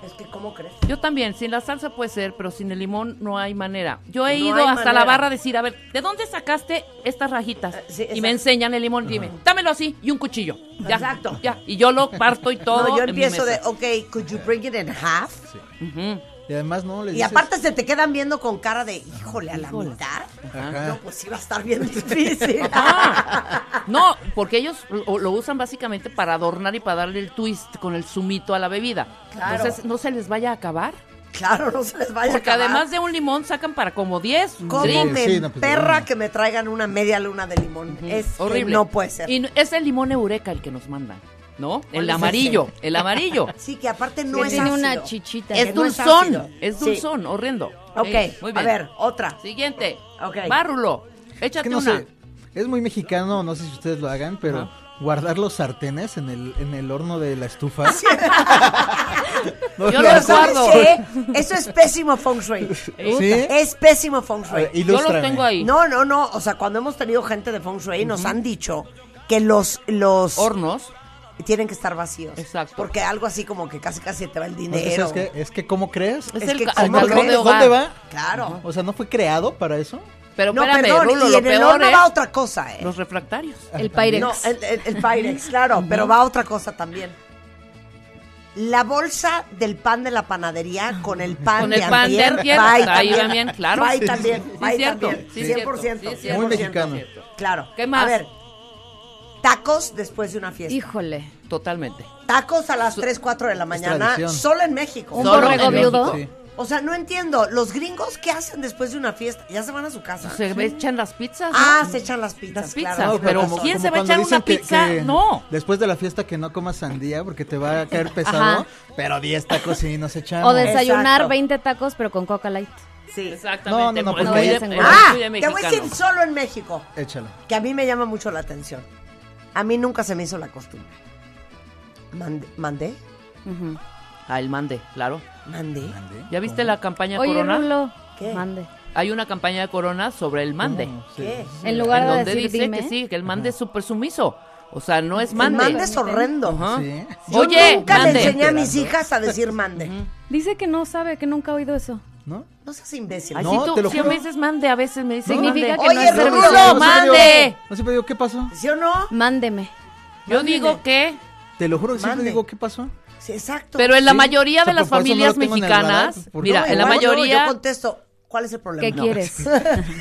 [SPEAKER 2] Es que, ¿cómo crees?
[SPEAKER 4] Yo también, sin la salsa puede ser, pero sin el limón no hay manera. Yo he
[SPEAKER 2] No
[SPEAKER 4] ido
[SPEAKER 2] hay
[SPEAKER 4] hasta
[SPEAKER 2] manera.
[SPEAKER 4] la barra a decir, a ver, ¿de dónde sacaste estas rajitas?
[SPEAKER 2] Eh, sí,
[SPEAKER 4] y me
[SPEAKER 2] exacto.
[SPEAKER 4] enseñan el limón, dime, dámelo así y un cuchillo. Ya,
[SPEAKER 2] Exacto.
[SPEAKER 4] Ya, y yo lo parto y todo.
[SPEAKER 2] no, yo
[SPEAKER 4] en mi
[SPEAKER 2] empiezo de,
[SPEAKER 4] mesa.
[SPEAKER 2] ok, could you bring it in half?
[SPEAKER 4] Ujú.
[SPEAKER 6] Y además, no, les
[SPEAKER 2] Y
[SPEAKER 6] dices-
[SPEAKER 2] aparte se te quedan viendo con cara de, híjole, a la mitad.
[SPEAKER 6] Ajá.
[SPEAKER 2] No, pues iba a estar bien difícil.
[SPEAKER 4] Ah, no, porque ellos lo, lo usan básicamente para adornar y para darle el twist con el zumito a la bebida.
[SPEAKER 2] Claro.
[SPEAKER 4] Entonces, no se les vaya a acabar.
[SPEAKER 2] claro, no se les vaya
[SPEAKER 4] Porque
[SPEAKER 2] a acabar.
[SPEAKER 4] además de un limón sacan para como 10.
[SPEAKER 2] ¿Cómo
[SPEAKER 6] Sí,
[SPEAKER 2] me
[SPEAKER 6] sí, no, pues,
[SPEAKER 2] perra
[SPEAKER 6] no.
[SPEAKER 2] que me traigan una media luna de limón? Es que
[SPEAKER 4] Mm. Horrible.
[SPEAKER 2] no puede ser.
[SPEAKER 4] Y n- es el limón eureka el que nos mandan, ¿no?
[SPEAKER 2] es
[SPEAKER 4] El
[SPEAKER 2] ese?
[SPEAKER 4] amarillo, el amarillo.
[SPEAKER 2] Sí, que aparte no
[SPEAKER 5] Que
[SPEAKER 2] es
[SPEAKER 5] tiene
[SPEAKER 2] ácido.
[SPEAKER 5] una chichita.
[SPEAKER 4] es
[SPEAKER 2] Que no es
[SPEAKER 4] dulzón,
[SPEAKER 2] ácido.
[SPEAKER 4] es
[SPEAKER 2] Sí.
[SPEAKER 4] dulzón, horrendo.
[SPEAKER 2] Ok,
[SPEAKER 4] Sí, muy bien.
[SPEAKER 2] a ver, otra.
[SPEAKER 4] Siguiente.
[SPEAKER 2] Ok.
[SPEAKER 4] Bárrulo,
[SPEAKER 6] Es
[SPEAKER 4] échate
[SPEAKER 6] que no
[SPEAKER 4] una.
[SPEAKER 6] sé. Es muy mexicano, no sé si ustedes lo hagan, pero guardar los sartenes en el, en el horno de la estufa. No,
[SPEAKER 4] Yo los
[SPEAKER 6] no,
[SPEAKER 2] Pero
[SPEAKER 6] sí.
[SPEAKER 2] ¿sabes
[SPEAKER 4] guardo.
[SPEAKER 2] qué? Eso es pésimo feng shui.
[SPEAKER 6] ¿Sí? Ah,
[SPEAKER 2] Es pésimo feng
[SPEAKER 6] A ver,
[SPEAKER 2] shui.
[SPEAKER 4] Yo
[SPEAKER 6] ilústrame.
[SPEAKER 4] los tengo ahí.
[SPEAKER 2] No, no, no. O sea, cuando hemos tenido gente de feng shui nos han dicho que los, los
[SPEAKER 4] Hornos.
[SPEAKER 2] tienen que estar vacíos.
[SPEAKER 4] Exacto.
[SPEAKER 2] Porque algo así como que casi casi te va el
[SPEAKER 6] No, Pues, es que,
[SPEAKER 2] dinero.
[SPEAKER 6] ¿sabes qué? Es que, ¿cómo crees?
[SPEAKER 4] Es,
[SPEAKER 2] Es
[SPEAKER 4] el,
[SPEAKER 2] que
[SPEAKER 4] ca-
[SPEAKER 2] como
[SPEAKER 4] el
[SPEAKER 2] no
[SPEAKER 4] carbón
[SPEAKER 2] crees,
[SPEAKER 4] de hogar.
[SPEAKER 6] ¿Dónde va?
[SPEAKER 2] Claro.
[SPEAKER 6] O sea, ¿no fue creado para eso?
[SPEAKER 4] Pero
[SPEAKER 2] No,
[SPEAKER 4] espérame,
[SPEAKER 2] perdón,
[SPEAKER 4] Rulo,
[SPEAKER 2] y
[SPEAKER 4] lo
[SPEAKER 2] en el
[SPEAKER 4] peor
[SPEAKER 2] horno
[SPEAKER 4] es
[SPEAKER 2] va otra cosa, ¿eh?
[SPEAKER 4] los refractarios.
[SPEAKER 5] El Pyrex.
[SPEAKER 2] No, el, el, el Pyrex, claro, pero va otra cosa también. La bolsa del pan de la panadería con Ah, el pan
[SPEAKER 4] Con
[SPEAKER 2] de
[SPEAKER 4] el pan de
[SPEAKER 2] antier,
[SPEAKER 4] antier,
[SPEAKER 2] va ahí
[SPEAKER 4] ahí
[SPEAKER 2] también,
[SPEAKER 4] va bien, claro.
[SPEAKER 2] Va ahí
[SPEAKER 4] Sí,
[SPEAKER 2] también,
[SPEAKER 4] sí,
[SPEAKER 2] va ahí
[SPEAKER 4] sí, cierto,
[SPEAKER 2] también,
[SPEAKER 4] sí,
[SPEAKER 2] 100%,
[SPEAKER 4] cierto, sí, cierto.
[SPEAKER 6] Muy mexicano.
[SPEAKER 2] Claro.
[SPEAKER 4] ¿Qué más?
[SPEAKER 2] A ver, tacos después de una fiesta.
[SPEAKER 5] Híjole.
[SPEAKER 4] Totalmente.
[SPEAKER 2] Tacos a las 3, 4 de la mañana,
[SPEAKER 6] tradición.
[SPEAKER 2] solo en México.
[SPEAKER 5] Un
[SPEAKER 4] Solo
[SPEAKER 5] borrego
[SPEAKER 4] en
[SPEAKER 5] viudo.
[SPEAKER 6] Sí.
[SPEAKER 2] O sea, no entiendo, los gringos, ¿qué hacen después de una fiesta? Ya se van a su casa.
[SPEAKER 4] Se echan las pizzas. ¿no?
[SPEAKER 2] Ah, se echan las pizzas,
[SPEAKER 4] Las
[SPEAKER 2] claro,
[SPEAKER 4] pizzas,
[SPEAKER 2] sí me
[SPEAKER 4] pero
[SPEAKER 2] pasó.
[SPEAKER 4] ¿quién se va a
[SPEAKER 6] cuando
[SPEAKER 4] echar una
[SPEAKER 6] dicen que-
[SPEAKER 4] pizza?
[SPEAKER 6] que
[SPEAKER 4] No.
[SPEAKER 6] Después de la fiesta que no comas sandía porque te va a caer pesado,
[SPEAKER 5] Ajá.
[SPEAKER 6] pero 10 tacos sí nos
[SPEAKER 4] Ah,
[SPEAKER 6] echamos.
[SPEAKER 5] O desayunar
[SPEAKER 2] Exacto.
[SPEAKER 5] 20 tacos, pero con Coca Light.
[SPEAKER 2] Sí.
[SPEAKER 6] No,
[SPEAKER 4] Exactamente. pues,
[SPEAKER 6] no, no,
[SPEAKER 4] porque
[SPEAKER 6] porque-
[SPEAKER 4] muy de-
[SPEAKER 5] Ah,
[SPEAKER 4] muy
[SPEAKER 2] Ah,
[SPEAKER 4] de
[SPEAKER 2] te voy a decir
[SPEAKER 4] mexicano.
[SPEAKER 2] solo en México.
[SPEAKER 6] Échalo.
[SPEAKER 2] que a mí me llama mucho la atención. A mí nunca se me hizo la costumbre. Mande- ¿Mandé?
[SPEAKER 5] Ujú.
[SPEAKER 4] Ah, el mande, claro.
[SPEAKER 2] ¿Mandé?
[SPEAKER 4] ¿Ya viste la campaña
[SPEAKER 5] Oye,
[SPEAKER 4] Corona?
[SPEAKER 5] Rulo.
[SPEAKER 2] ¿Qué?
[SPEAKER 5] Mande.
[SPEAKER 4] Hay una campaña de Corona sobre el mande.
[SPEAKER 2] ¿Qué?
[SPEAKER 5] En
[SPEAKER 4] En
[SPEAKER 5] lugar de
[SPEAKER 4] donde
[SPEAKER 5] decir
[SPEAKER 4] dice
[SPEAKER 5] dime.
[SPEAKER 4] que sí, que el mande es súper sumiso. O sea, no es
[SPEAKER 2] Mande.
[SPEAKER 4] mande.
[SPEAKER 2] mande es horrendo.
[SPEAKER 4] Ajá.
[SPEAKER 6] Sí.
[SPEAKER 2] Yo
[SPEAKER 4] Oye,
[SPEAKER 2] nunca
[SPEAKER 4] mande.
[SPEAKER 2] le enseñé a mis hijas a decir mande.
[SPEAKER 5] Dice que no sabe, que nunca ha oído eso.
[SPEAKER 6] ¿No?
[SPEAKER 2] No seas imbécil.
[SPEAKER 4] Ay,
[SPEAKER 6] No,
[SPEAKER 4] si tú,
[SPEAKER 6] te lo
[SPEAKER 4] si
[SPEAKER 6] juro.
[SPEAKER 4] me dices mande, a veces me dice
[SPEAKER 5] Significa
[SPEAKER 4] mande.
[SPEAKER 5] que no
[SPEAKER 2] Oye,
[SPEAKER 5] es
[SPEAKER 2] Rulo,
[SPEAKER 5] servicio.
[SPEAKER 4] ¡No,
[SPEAKER 6] No, siempre
[SPEAKER 4] mande!
[SPEAKER 6] digo- No siempre digo, ¿qué pasó?
[SPEAKER 2] ¿Sí o no?
[SPEAKER 5] Mándeme.
[SPEAKER 4] Yo digo que...
[SPEAKER 6] Te lo juro que siempre
[SPEAKER 2] Mande.
[SPEAKER 6] digo, ¿qué pasó?
[SPEAKER 2] Sí, exacto.
[SPEAKER 4] Pero en la
[SPEAKER 6] Sí.
[SPEAKER 4] mayoría
[SPEAKER 6] O sea,
[SPEAKER 4] de las
[SPEAKER 6] por eso no lo
[SPEAKER 4] familias
[SPEAKER 6] tengo en el
[SPEAKER 4] mexicanas,
[SPEAKER 6] radar, porque-
[SPEAKER 4] mira,
[SPEAKER 2] No,
[SPEAKER 4] en la
[SPEAKER 2] igual no,
[SPEAKER 4] mayoría,
[SPEAKER 2] yo contesto, ¿cuál es el problema?
[SPEAKER 5] ¿Qué
[SPEAKER 2] No.
[SPEAKER 5] quieres?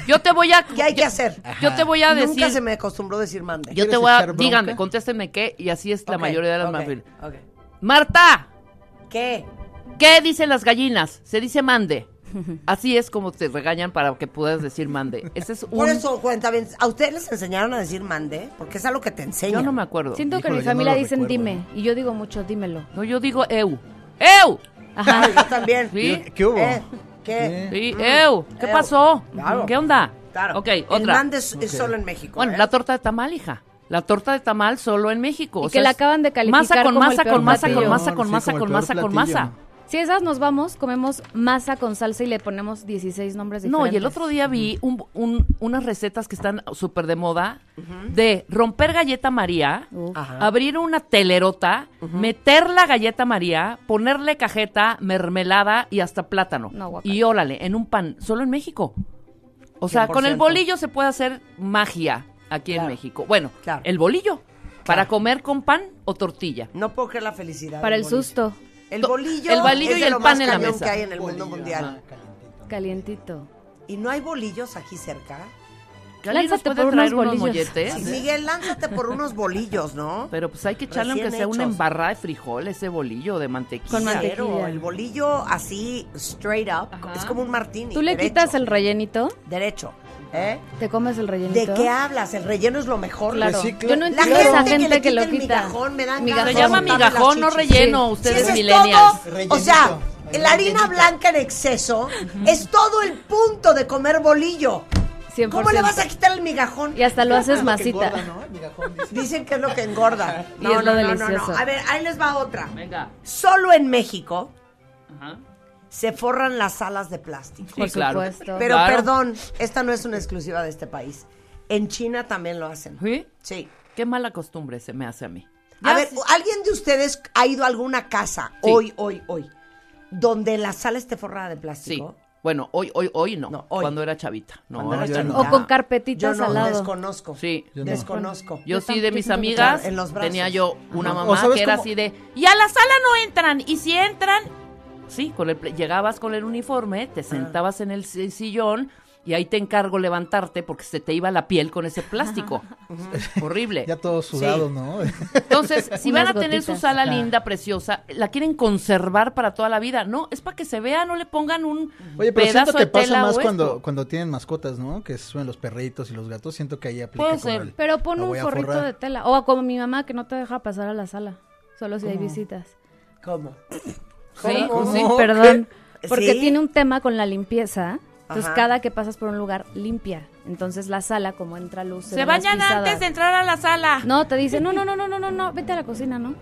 [SPEAKER 4] yo te voy a,
[SPEAKER 2] ¿Qué hay que
[SPEAKER 4] yo-
[SPEAKER 2] hacer?
[SPEAKER 4] yo te voy a decir,
[SPEAKER 2] Nunca se me acostumbró decir mande.
[SPEAKER 4] yo te
[SPEAKER 6] ¿Quieres
[SPEAKER 4] voy a,
[SPEAKER 6] echar bronca?
[SPEAKER 4] díganme, contéstenme qué y así es la
[SPEAKER 2] Ok,
[SPEAKER 4] mayoría de las
[SPEAKER 2] ok,
[SPEAKER 4] familias.
[SPEAKER 2] ok.
[SPEAKER 4] Marta,
[SPEAKER 2] ¿Qué?
[SPEAKER 4] ¿qué dicen las gallinas? Se dice mande. Así es como te regañan para que puedas decir mande. Ese es un...
[SPEAKER 2] Por eso, cuenta bien, ¿a ustedes les enseñaron a decir mande? Porque es algo que te enseñan.
[SPEAKER 4] Yo no me acuerdo.
[SPEAKER 5] Siento que en
[SPEAKER 6] Híjole, yo
[SPEAKER 5] mi
[SPEAKER 6] no
[SPEAKER 5] familia
[SPEAKER 6] lo
[SPEAKER 5] dicen
[SPEAKER 6] recuerdo.
[SPEAKER 5] dime y yo digo mucho dímelo.
[SPEAKER 4] No, yo digo eu. ¡Eu!
[SPEAKER 2] Ajá, yo también.
[SPEAKER 4] Sí.
[SPEAKER 6] ¿Qué hubo?
[SPEAKER 2] Eh, ¿Qué?
[SPEAKER 6] Sí.
[SPEAKER 4] Sí,
[SPEAKER 5] Mm.
[SPEAKER 4] eu. ¿Qué
[SPEAKER 2] Eu.
[SPEAKER 4] pasó?
[SPEAKER 2] Claro.
[SPEAKER 4] ¿Qué onda?
[SPEAKER 2] Claro.
[SPEAKER 4] Ok,
[SPEAKER 2] El
[SPEAKER 4] otra.
[SPEAKER 2] mande es, es
[SPEAKER 6] Ok.
[SPEAKER 2] solo en México.
[SPEAKER 4] Bueno,
[SPEAKER 2] ¿eh?
[SPEAKER 4] la torta de tamal, hija. La torta de tamal solo en México.
[SPEAKER 5] Y
[SPEAKER 4] o
[SPEAKER 5] que
[SPEAKER 4] sea,
[SPEAKER 5] la
[SPEAKER 4] es
[SPEAKER 5] acaban de calificar
[SPEAKER 4] Masa con
[SPEAKER 5] como el
[SPEAKER 4] masa,
[SPEAKER 5] peor
[SPEAKER 4] con masa, con
[SPEAKER 5] platillo.
[SPEAKER 4] masa, con
[SPEAKER 6] Sí,
[SPEAKER 4] masa,
[SPEAKER 6] como el
[SPEAKER 4] con
[SPEAKER 6] peor
[SPEAKER 4] masa, con
[SPEAKER 6] platillo.
[SPEAKER 4] masa.
[SPEAKER 5] Si esas nos vamos, comemos masa con salsa y le ponemos 16 nombres diferentes.
[SPEAKER 4] No, y el otro día vi un- un- unas recetas que están súper de moda de romper galleta María,
[SPEAKER 5] Uf.
[SPEAKER 2] Ajá.
[SPEAKER 4] abrir una telerota, meter la galleta María, ponerle cajeta, mermelada y hasta plátano.
[SPEAKER 5] No, guacala.
[SPEAKER 4] y órale, en un pan, solo en México. O sea, con el
[SPEAKER 2] 100%.
[SPEAKER 4] bolillo se puede hacer magia aquí en
[SPEAKER 2] Claro.
[SPEAKER 4] México. Bueno,
[SPEAKER 2] Claro.
[SPEAKER 4] el bolillo, para comer con pan o tortilla.
[SPEAKER 2] No puedo creer la felicidad.
[SPEAKER 5] Para
[SPEAKER 2] del
[SPEAKER 5] el
[SPEAKER 2] bolillo.
[SPEAKER 5] susto,
[SPEAKER 2] El
[SPEAKER 4] To-
[SPEAKER 2] bolillo,
[SPEAKER 4] el bolillo
[SPEAKER 2] es
[SPEAKER 4] y
[SPEAKER 2] de
[SPEAKER 4] el
[SPEAKER 2] lo
[SPEAKER 4] pan
[SPEAKER 2] más
[SPEAKER 4] en la
[SPEAKER 2] cañón
[SPEAKER 4] mesa.
[SPEAKER 2] que hay en el mundo mundial.
[SPEAKER 5] calientito.
[SPEAKER 2] ¿Y no hay bolillos aquí cerca?
[SPEAKER 4] ¿Que alguien nos
[SPEAKER 5] Lánzate
[SPEAKER 4] puede
[SPEAKER 5] por
[SPEAKER 4] traer
[SPEAKER 5] unos
[SPEAKER 4] unos
[SPEAKER 5] bolillos.
[SPEAKER 4] molletes?
[SPEAKER 2] Sí, Miguel, lánzate por unos bolillos, ¿no?
[SPEAKER 4] Pero pues hay que echarle
[SPEAKER 2] Recién
[SPEAKER 4] aunque sea una
[SPEAKER 2] hechos.
[SPEAKER 4] embarrada de frijol, ese bolillo de mantequilla.
[SPEAKER 5] Con mantequilla.
[SPEAKER 2] Pero el bolillo así, straight up,
[SPEAKER 4] Ajá.
[SPEAKER 2] es como un martini.
[SPEAKER 5] Tú le
[SPEAKER 2] derecho.
[SPEAKER 5] quitas el rellenito,
[SPEAKER 2] Derecho, ¿eh?
[SPEAKER 5] te comes el rellenito.
[SPEAKER 2] ¿De qué hablas? El relleno es lo mejor.
[SPEAKER 5] Claro.
[SPEAKER 6] Pues sí, claro.
[SPEAKER 5] Yo no
[SPEAKER 2] La
[SPEAKER 5] entiendo a esa
[SPEAKER 2] gente que
[SPEAKER 5] gente
[SPEAKER 2] le
[SPEAKER 5] que, lo
[SPEAKER 2] quita el
[SPEAKER 5] quita.
[SPEAKER 2] migajón, me dan
[SPEAKER 4] Se
[SPEAKER 2] ganas.
[SPEAKER 4] llama
[SPEAKER 2] Cortame las
[SPEAKER 4] migajón, no
[SPEAKER 2] chichis.
[SPEAKER 4] relleno,
[SPEAKER 5] Sí.
[SPEAKER 2] Si
[SPEAKER 4] ustedes
[SPEAKER 2] ese es
[SPEAKER 4] millennials.
[SPEAKER 2] todo, o sea,
[SPEAKER 6] Rellenito.
[SPEAKER 2] la harina blanca en exceso es todo el punto de comer bolillo.
[SPEAKER 5] 100%.
[SPEAKER 2] ¿Cómo le vas a quitar el migajón?
[SPEAKER 5] Y hasta lo haces
[SPEAKER 6] Ah,
[SPEAKER 5] masita.
[SPEAKER 2] Dicen que es lo que engorda.
[SPEAKER 5] Y es lo delicioso.
[SPEAKER 2] A ver, ahí les va otra.
[SPEAKER 4] Venga.
[SPEAKER 2] Solo en México
[SPEAKER 4] Ajá.
[SPEAKER 2] se forran las alas de plástico.
[SPEAKER 4] Sí,
[SPEAKER 5] Por
[SPEAKER 4] claro.
[SPEAKER 5] supuesto.
[SPEAKER 2] Pero
[SPEAKER 4] Claro.
[SPEAKER 2] perdón, esta no es una exclusiva de este país. En China también lo hacen.
[SPEAKER 4] ¿Sí?
[SPEAKER 2] Sí.
[SPEAKER 4] Qué mala costumbre se me hace a mí.
[SPEAKER 2] A
[SPEAKER 4] Ya,
[SPEAKER 2] ver,
[SPEAKER 4] sí.
[SPEAKER 2] ¿alguien de ustedes ha ido a alguna casa
[SPEAKER 4] Sí.
[SPEAKER 2] hoy, hoy, hoy, donde la sala esté forrada de
[SPEAKER 4] Sí.
[SPEAKER 2] plástico?
[SPEAKER 4] Bueno, hoy, hoy, hoy no.
[SPEAKER 2] No, hoy.
[SPEAKER 4] Cuando era chavita. No,
[SPEAKER 2] Cuando era
[SPEAKER 4] ahorita no.
[SPEAKER 2] chavita.
[SPEAKER 5] O con
[SPEAKER 2] Yo
[SPEAKER 5] carpetitas
[SPEAKER 2] no,
[SPEAKER 5] al lado.
[SPEAKER 2] desconozco.
[SPEAKER 4] Sí.
[SPEAKER 6] Yo no.
[SPEAKER 2] Desconozco.
[SPEAKER 4] Yo
[SPEAKER 5] Yo
[SPEAKER 4] sí,
[SPEAKER 5] tam-
[SPEAKER 4] de
[SPEAKER 5] yo
[SPEAKER 4] mis
[SPEAKER 5] siento que
[SPEAKER 4] amigas,
[SPEAKER 2] claro, en los brazos.
[SPEAKER 4] tenía yo una
[SPEAKER 6] Ajá. O
[SPEAKER 4] mamá
[SPEAKER 6] sabes
[SPEAKER 4] que era
[SPEAKER 6] cómo-
[SPEAKER 4] así de, y a la sala no entran, y si entran, sí, con el, pl- llegabas con el uniforme,
[SPEAKER 2] Ah.
[SPEAKER 4] te sentabas en el si- sillón, y ahí te encargo levantarte porque se te iba la piel con ese plástico. Horrible.
[SPEAKER 6] Ya todo sudado, ¿no?
[SPEAKER 4] Entonces, si van a
[SPEAKER 5] Unas
[SPEAKER 4] tener su
[SPEAKER 5] gotitas.
[SPEAKER 4] sala
[SPEAKER 6] Ajá.
[SPEAKER 4] linda, preciosa, la quieren conservar para toda la vida. No, es para que se vea, no le pongan un
[SPEAKER 6] Oye, pero
[SPEAKER 4] pedazo
[SPEAKER 6] siento
[SPEAKER 4] de
[SPEAKER 6] que pasa
[SPEAKER 4] tela
[SPEAKER 6] más
[SPEAKER 4] o
[SPEAKER 6] cuando,
[SPEAKER 4] esto.
[SPEAKER 6] cuando tienen mascotas, ¿no? Que suben los perritos y los gatos. Siento que ahí aplica
[SPEAKER 4] Puede
[SPEAKER 6] como
[SPEAKER 4] ser.
[SPEAKER 6] el,
[SPEAKER 5] Pero pon
[SPEAKER 6] "La
[SPEAKER 5] un
[SPEAKER 6] voy a
[SPEAKER 5] forrito
[SPEAKER 6] forrar".
[SPEAKER 5] de tela. O como mi mamá que no te deja pasar a la sala. Solo si hay visitas.
[SPEAKER 2] ¿Cómo?
[SPEAKER 4] Sí,
[SPEAKER 2] ¿Cómo?
[SPEAKER 4] sí,
[SPEAKER 6] ¿Cómo?
[SPEAKER 5] Perdón.
[SPEAKER 2] ¿Qué?
[SPEAKER 5] Porque
[SPEAKER 2] ¿Sí?
[SPEAKER 5] tiene un tema con la limpieza. Entonces,
[SPEAKER 2] Ajá.
[SPEAKER 5] cada que pasas por un lugar, limpia. Entonces, la sala, como entra luz, se,
[SPEAKER 4] Se
[SPEAKER 5] ven las
[SPEAKER 4] bañan
[SPEAKER 5] pisadas.
[SPEAKER 4] antes de entrar a la sala.
[SPEAKER 5] No, te dice, no, no, no, no, no, no, no, vete a la cocina, ¿no?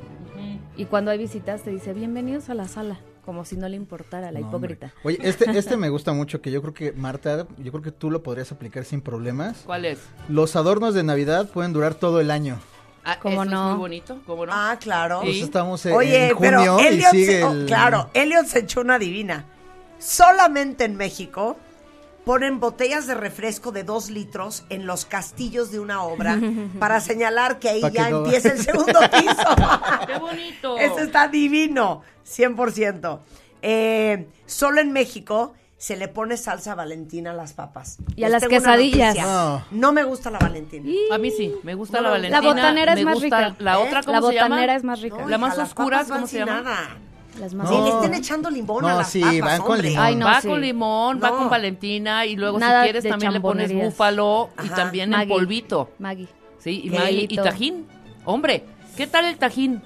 [SPEAKER 5] Y cuando hay visitas, te dice, bienvenidos a la sala. Como si no le importara a la
[SPEAKER 6] No, hombre.
[SPEAKER 5] hipócrita.
[SPEAKER 6] Oye, este, este me gusta mucho, que yo creo que, Marta, yo creo que tú lo podrías aplicar sin problemas.
[SPEAKER 4] ¿Cuál es?
[SPEAKER 6] Los adornos de Navidad pueden durar todo el año.
[SPEAKER 4] Ah,
[SPEAKER 5] ¿Cómo
[SPEAKER 4] eso
[SPEAKER 5] no?
[SPEAKER 4] Es muy bonito, ¿cómo no?
[SPEAKER 2] Ah, claro.
[SPEAKER 4] Sí.
[SPEAKER 6] Pues estamos en,
[SPEAKER 2] Oye,
[SPEAKER 6] en junio
[SPEAKER 2] pero
[SPEAKER 6] y
[SPEAKER 2] Elliot,
[SPEAKER 6] sigue
[SPEAKER 2] se, oh,
[SPEAKER 6] el...
[SPEAKER 2] claro, Elliot se echó una divina. Solamente en México ponen botellas de refresco de dos litros en los castillos de una obra para señalar que ahí
[SPEAKER 6] Pa' que
[SPEAKER 2] ya
[SPEAKER 6] no-
[SPEAKER 2] empieza el segundo piso.
[SPEAKER 4] ¡Qué bonito!
[SPEAKER 2] Eso está divino, 100%. Eh, solo en México se le pone salsa valentina a las papas.
[SPEAKER 5] Y a
[SPEAKER 2] Les
[SPEAKER 5] las
[SPEAKER 2] tengo una
[SPEAKER 5] quesadillas.
[SPEAKER 2] noticia.
[SPEAKER 6] No.
[SPEAKER 2] No. me gusta la valentina.
[SPEAKER 5] Y-
[SPEAKER 4] A mí sí, me gusta
[SPEAKER 2] No,
[SPEAKER 4] la
[SPEAKER 2] la
[SPEAKER 4] Valentina.
[SPEAKER 5] botanera es
[SPEAKER 4] me
[SPEAKER 5] más
[SPEAKER 4] gusta
[SPEAKER 5] rica.
[SPEAKER 4] La
[SPEAKER 2] ¿Eh?
[SPEAKER 4] otra, ¿cómo
[SPEAKER 5] La
[SPEAKER 4] se llama?
[SPEAKER 5] botanera es más rica.
[SPEAKER 4] La más
[SPEAKER 2] hija, las
[SPEAKER 4] oscura,
[SPEAKER 2] papas
[SPEAKER 4] ¿cómo
[SPEAKER 2] van
[SPEAKER 4] se
[SPEAKER 2] sin
[SPEAKER 4] llama?
[SPEAKER 2] nada.
[SPEAKER 5] Las
[SPEAKER 6] No.
[SPEAKER 5] más
[SPEAKER 2] Sí, le estén echando limón a
[SPEAKER 6] No,
[SPEAKER 2] las
[SPEAKER 6] sí,
[SPEAKER 2] papas,
[SPEAKER 6] van con
[SPEAKER 2] hombre.
[SPEAKER 6] limón.
[SPEAKER 5] Ay, no,
[SPEAKER 4] va
[SPEAKER 5] sí.
[SPEAKER 4] con limón, va
[SPEAKER 2] No.
[SPEAKER 4] con Valentina y luego
[SPEAKER 5] Nada
[SPEAKER 4] si quieres
[SPEAKER 5] de
[SPEAKER 4] también le pones
[SPEAKER 5] chambonerías.
[SPEAKER 4] búfalo y
[SPEAKER 2] Ajá.
[SPEAKER 4] también en
[SPEAKER 5] Maggi.
[SPEAKER 4] polvito.
[SPEAKER 5] Maggie.
[SPEAKER 4] Sí, y,
[SPEAKER 5] Qué
[SPEAKER 4] maíz- y
[SPEAKER 5] delito.
[SPEAKER 4] tajín. Hombre, ¿qué tal el tajín?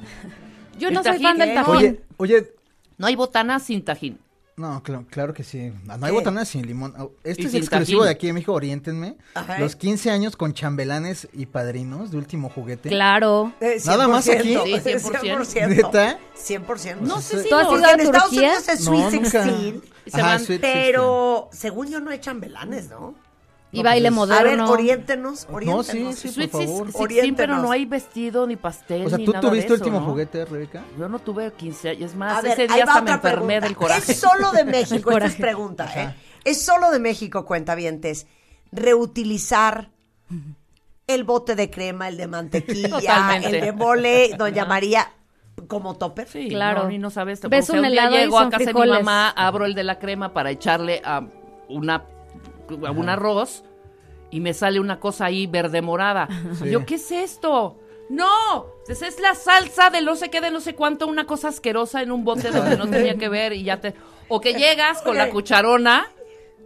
[SPEAKER 5] Yo
[SPEAKER 4] El
[SPEAKER 5] no soy
[SPEAKER 4] tajín,
[SPEAKER 5] fan del
[SPEAKER 4] ¿eh?
[SPEAKER 5] tajín.
[SPEAKER 6] Oye, oye,
[SPEAKER 4] No hay botana sin tajín.
[SPEAKER 6] no, claro, claro que sí. Ah, No hay
[SPEAKER 2] ¿Qué?
[SPEAKER 6] botanas sin limón. Oh, Este
[SPEAKER 4] Y
[SPEAKER 6] es
[SPEAKER 4] sin
[SPEAKER 6] exclusivo
[SPEAKER 4] tajín.
[SPEAKER 6] de aquí de México, oriéntenme.
[SPEAKER 2] Ajá.
[SPEAKER 6] Los 15 años con chambelanes y padrinos de último juguete.
[SPEAKER 5] Claro.
[SPEAKER 2] Eh,
[SPEAKER 6] Nada más aquí.
[SPEAKER 2] 100%,
[SPEAKER 4] Sí, 100%.
[SPEAKER 2] 100%.
[SPEAKER 6] ¿Neta?
[SPEAKER 2] 100%.
[SPEAKER 4] No sé si
[SPEAKER 5] ¿Tú has
[SPEAKER 4] no,
[SPEAKER 5] ido
[SPEAKER 2] Porque
[SPEAKER 5] a
[SPEAKER 2] en Estados
[SPEAKER 5] Turquía?
[SPEAKER 2] Unidos es Sweet
[SPEAKER 6] No, nunca.
[SPEAKER 2] 16,
[SPEAKER 4] se
[SPEAKER 6] Ajá,
[SPEAKER 4] van,
[SPEAKER 6] Sweet
[SPEAKER 2] pero según yo no hay chambelanes, ¿no?
[SPEAKER 5] Y
[SPEAKER 6] No,
[SPEAKER 5] baile
[SPEAKER 6] pues es-
[SPEAKER 2] A ver,
[SPEAKER 5] moderno.
[SPEAKER 2] oriéntenos,
[SPEAKER 6] No, sí,
[SPEAKER 2] oriéntenos.
[SPEAKER 6] sí, por
[SPEAKER 4] Sweet
[SPEAKER 6] favor.
[SPEAKER 4] Six- Sixteen,
[SPEAKER 2] Oriéntenos.
[SPEAKER 4] pero no hay vestido ni pastel.
[SPEAKER 6] O sea,
[SPEAKER 4] ni
[SPEAKER 6] ¿tú
[SPEAKER 4] nada de
[SPEAKER 6] tuviste
[SPEAKER 4] eso,
[SPEAKER 6] último
[SPEAKER 4] ¿no?
[SPEAKER 6] juguete, Rebeca?
[SPEAKER 4] Yo no tuve 15 años. Es más,
[SPEAKER 2] A ver,
[SPEAKER 4] Ah, ese
[SPEAKER 2] ahí
[SPEAKER 4] día
[SPEAKER 2] va
[SPEAKER 4] hasta me
[SPEAKER 2] otra
[SPEAKER 4] enfermé
[SPEAKER 2] pregunta.
[SPEAKER 4] del coraje.
[SPEAKER 2] Es solo de México, esta es
[SPEAKER 5] coraje.
[SPEAKER 2] pregunta, ¿eh? Es solo de México, cuentavientes, reutilizar el bote de crema, el de mantequilla,
[SPEAKER 4] Totalmente.
[SPEAKER 2] el de mole, doña María, como topper.
[SPEAKER 4] Sí,
[SPEAKER 5] Claro.
[SPEAKER 4] No, y no sabes.
[SPEAKER 5] Ves
[SPEAKER 4] o sea,
[SPEAKER 5] un
[SPEAKER 4] día
[SPEAKER 5] helado y
[SPEAKER 4] llego a
[SPEAKER 5] son
[SPEAKER 4] casa de
[SPEAKER 5] frijoles.
[SPEAKER 4] mi mamá, abro el de la crema para echarle a una a un arroz y me sale una cosa ahí verde morada.
[SPEAKER 6] Sí.
[SPEAKER 4] Yo, ¿qué es esto? ¡No! pues Esa es la salsa de no sé qué, de no sé cuánto, una cosa asquerosa en un bote donde no tenía que ver y ya te... O que llegas con la
[SPEAKER 2] Ok.
[SPEAKER 4] cucharona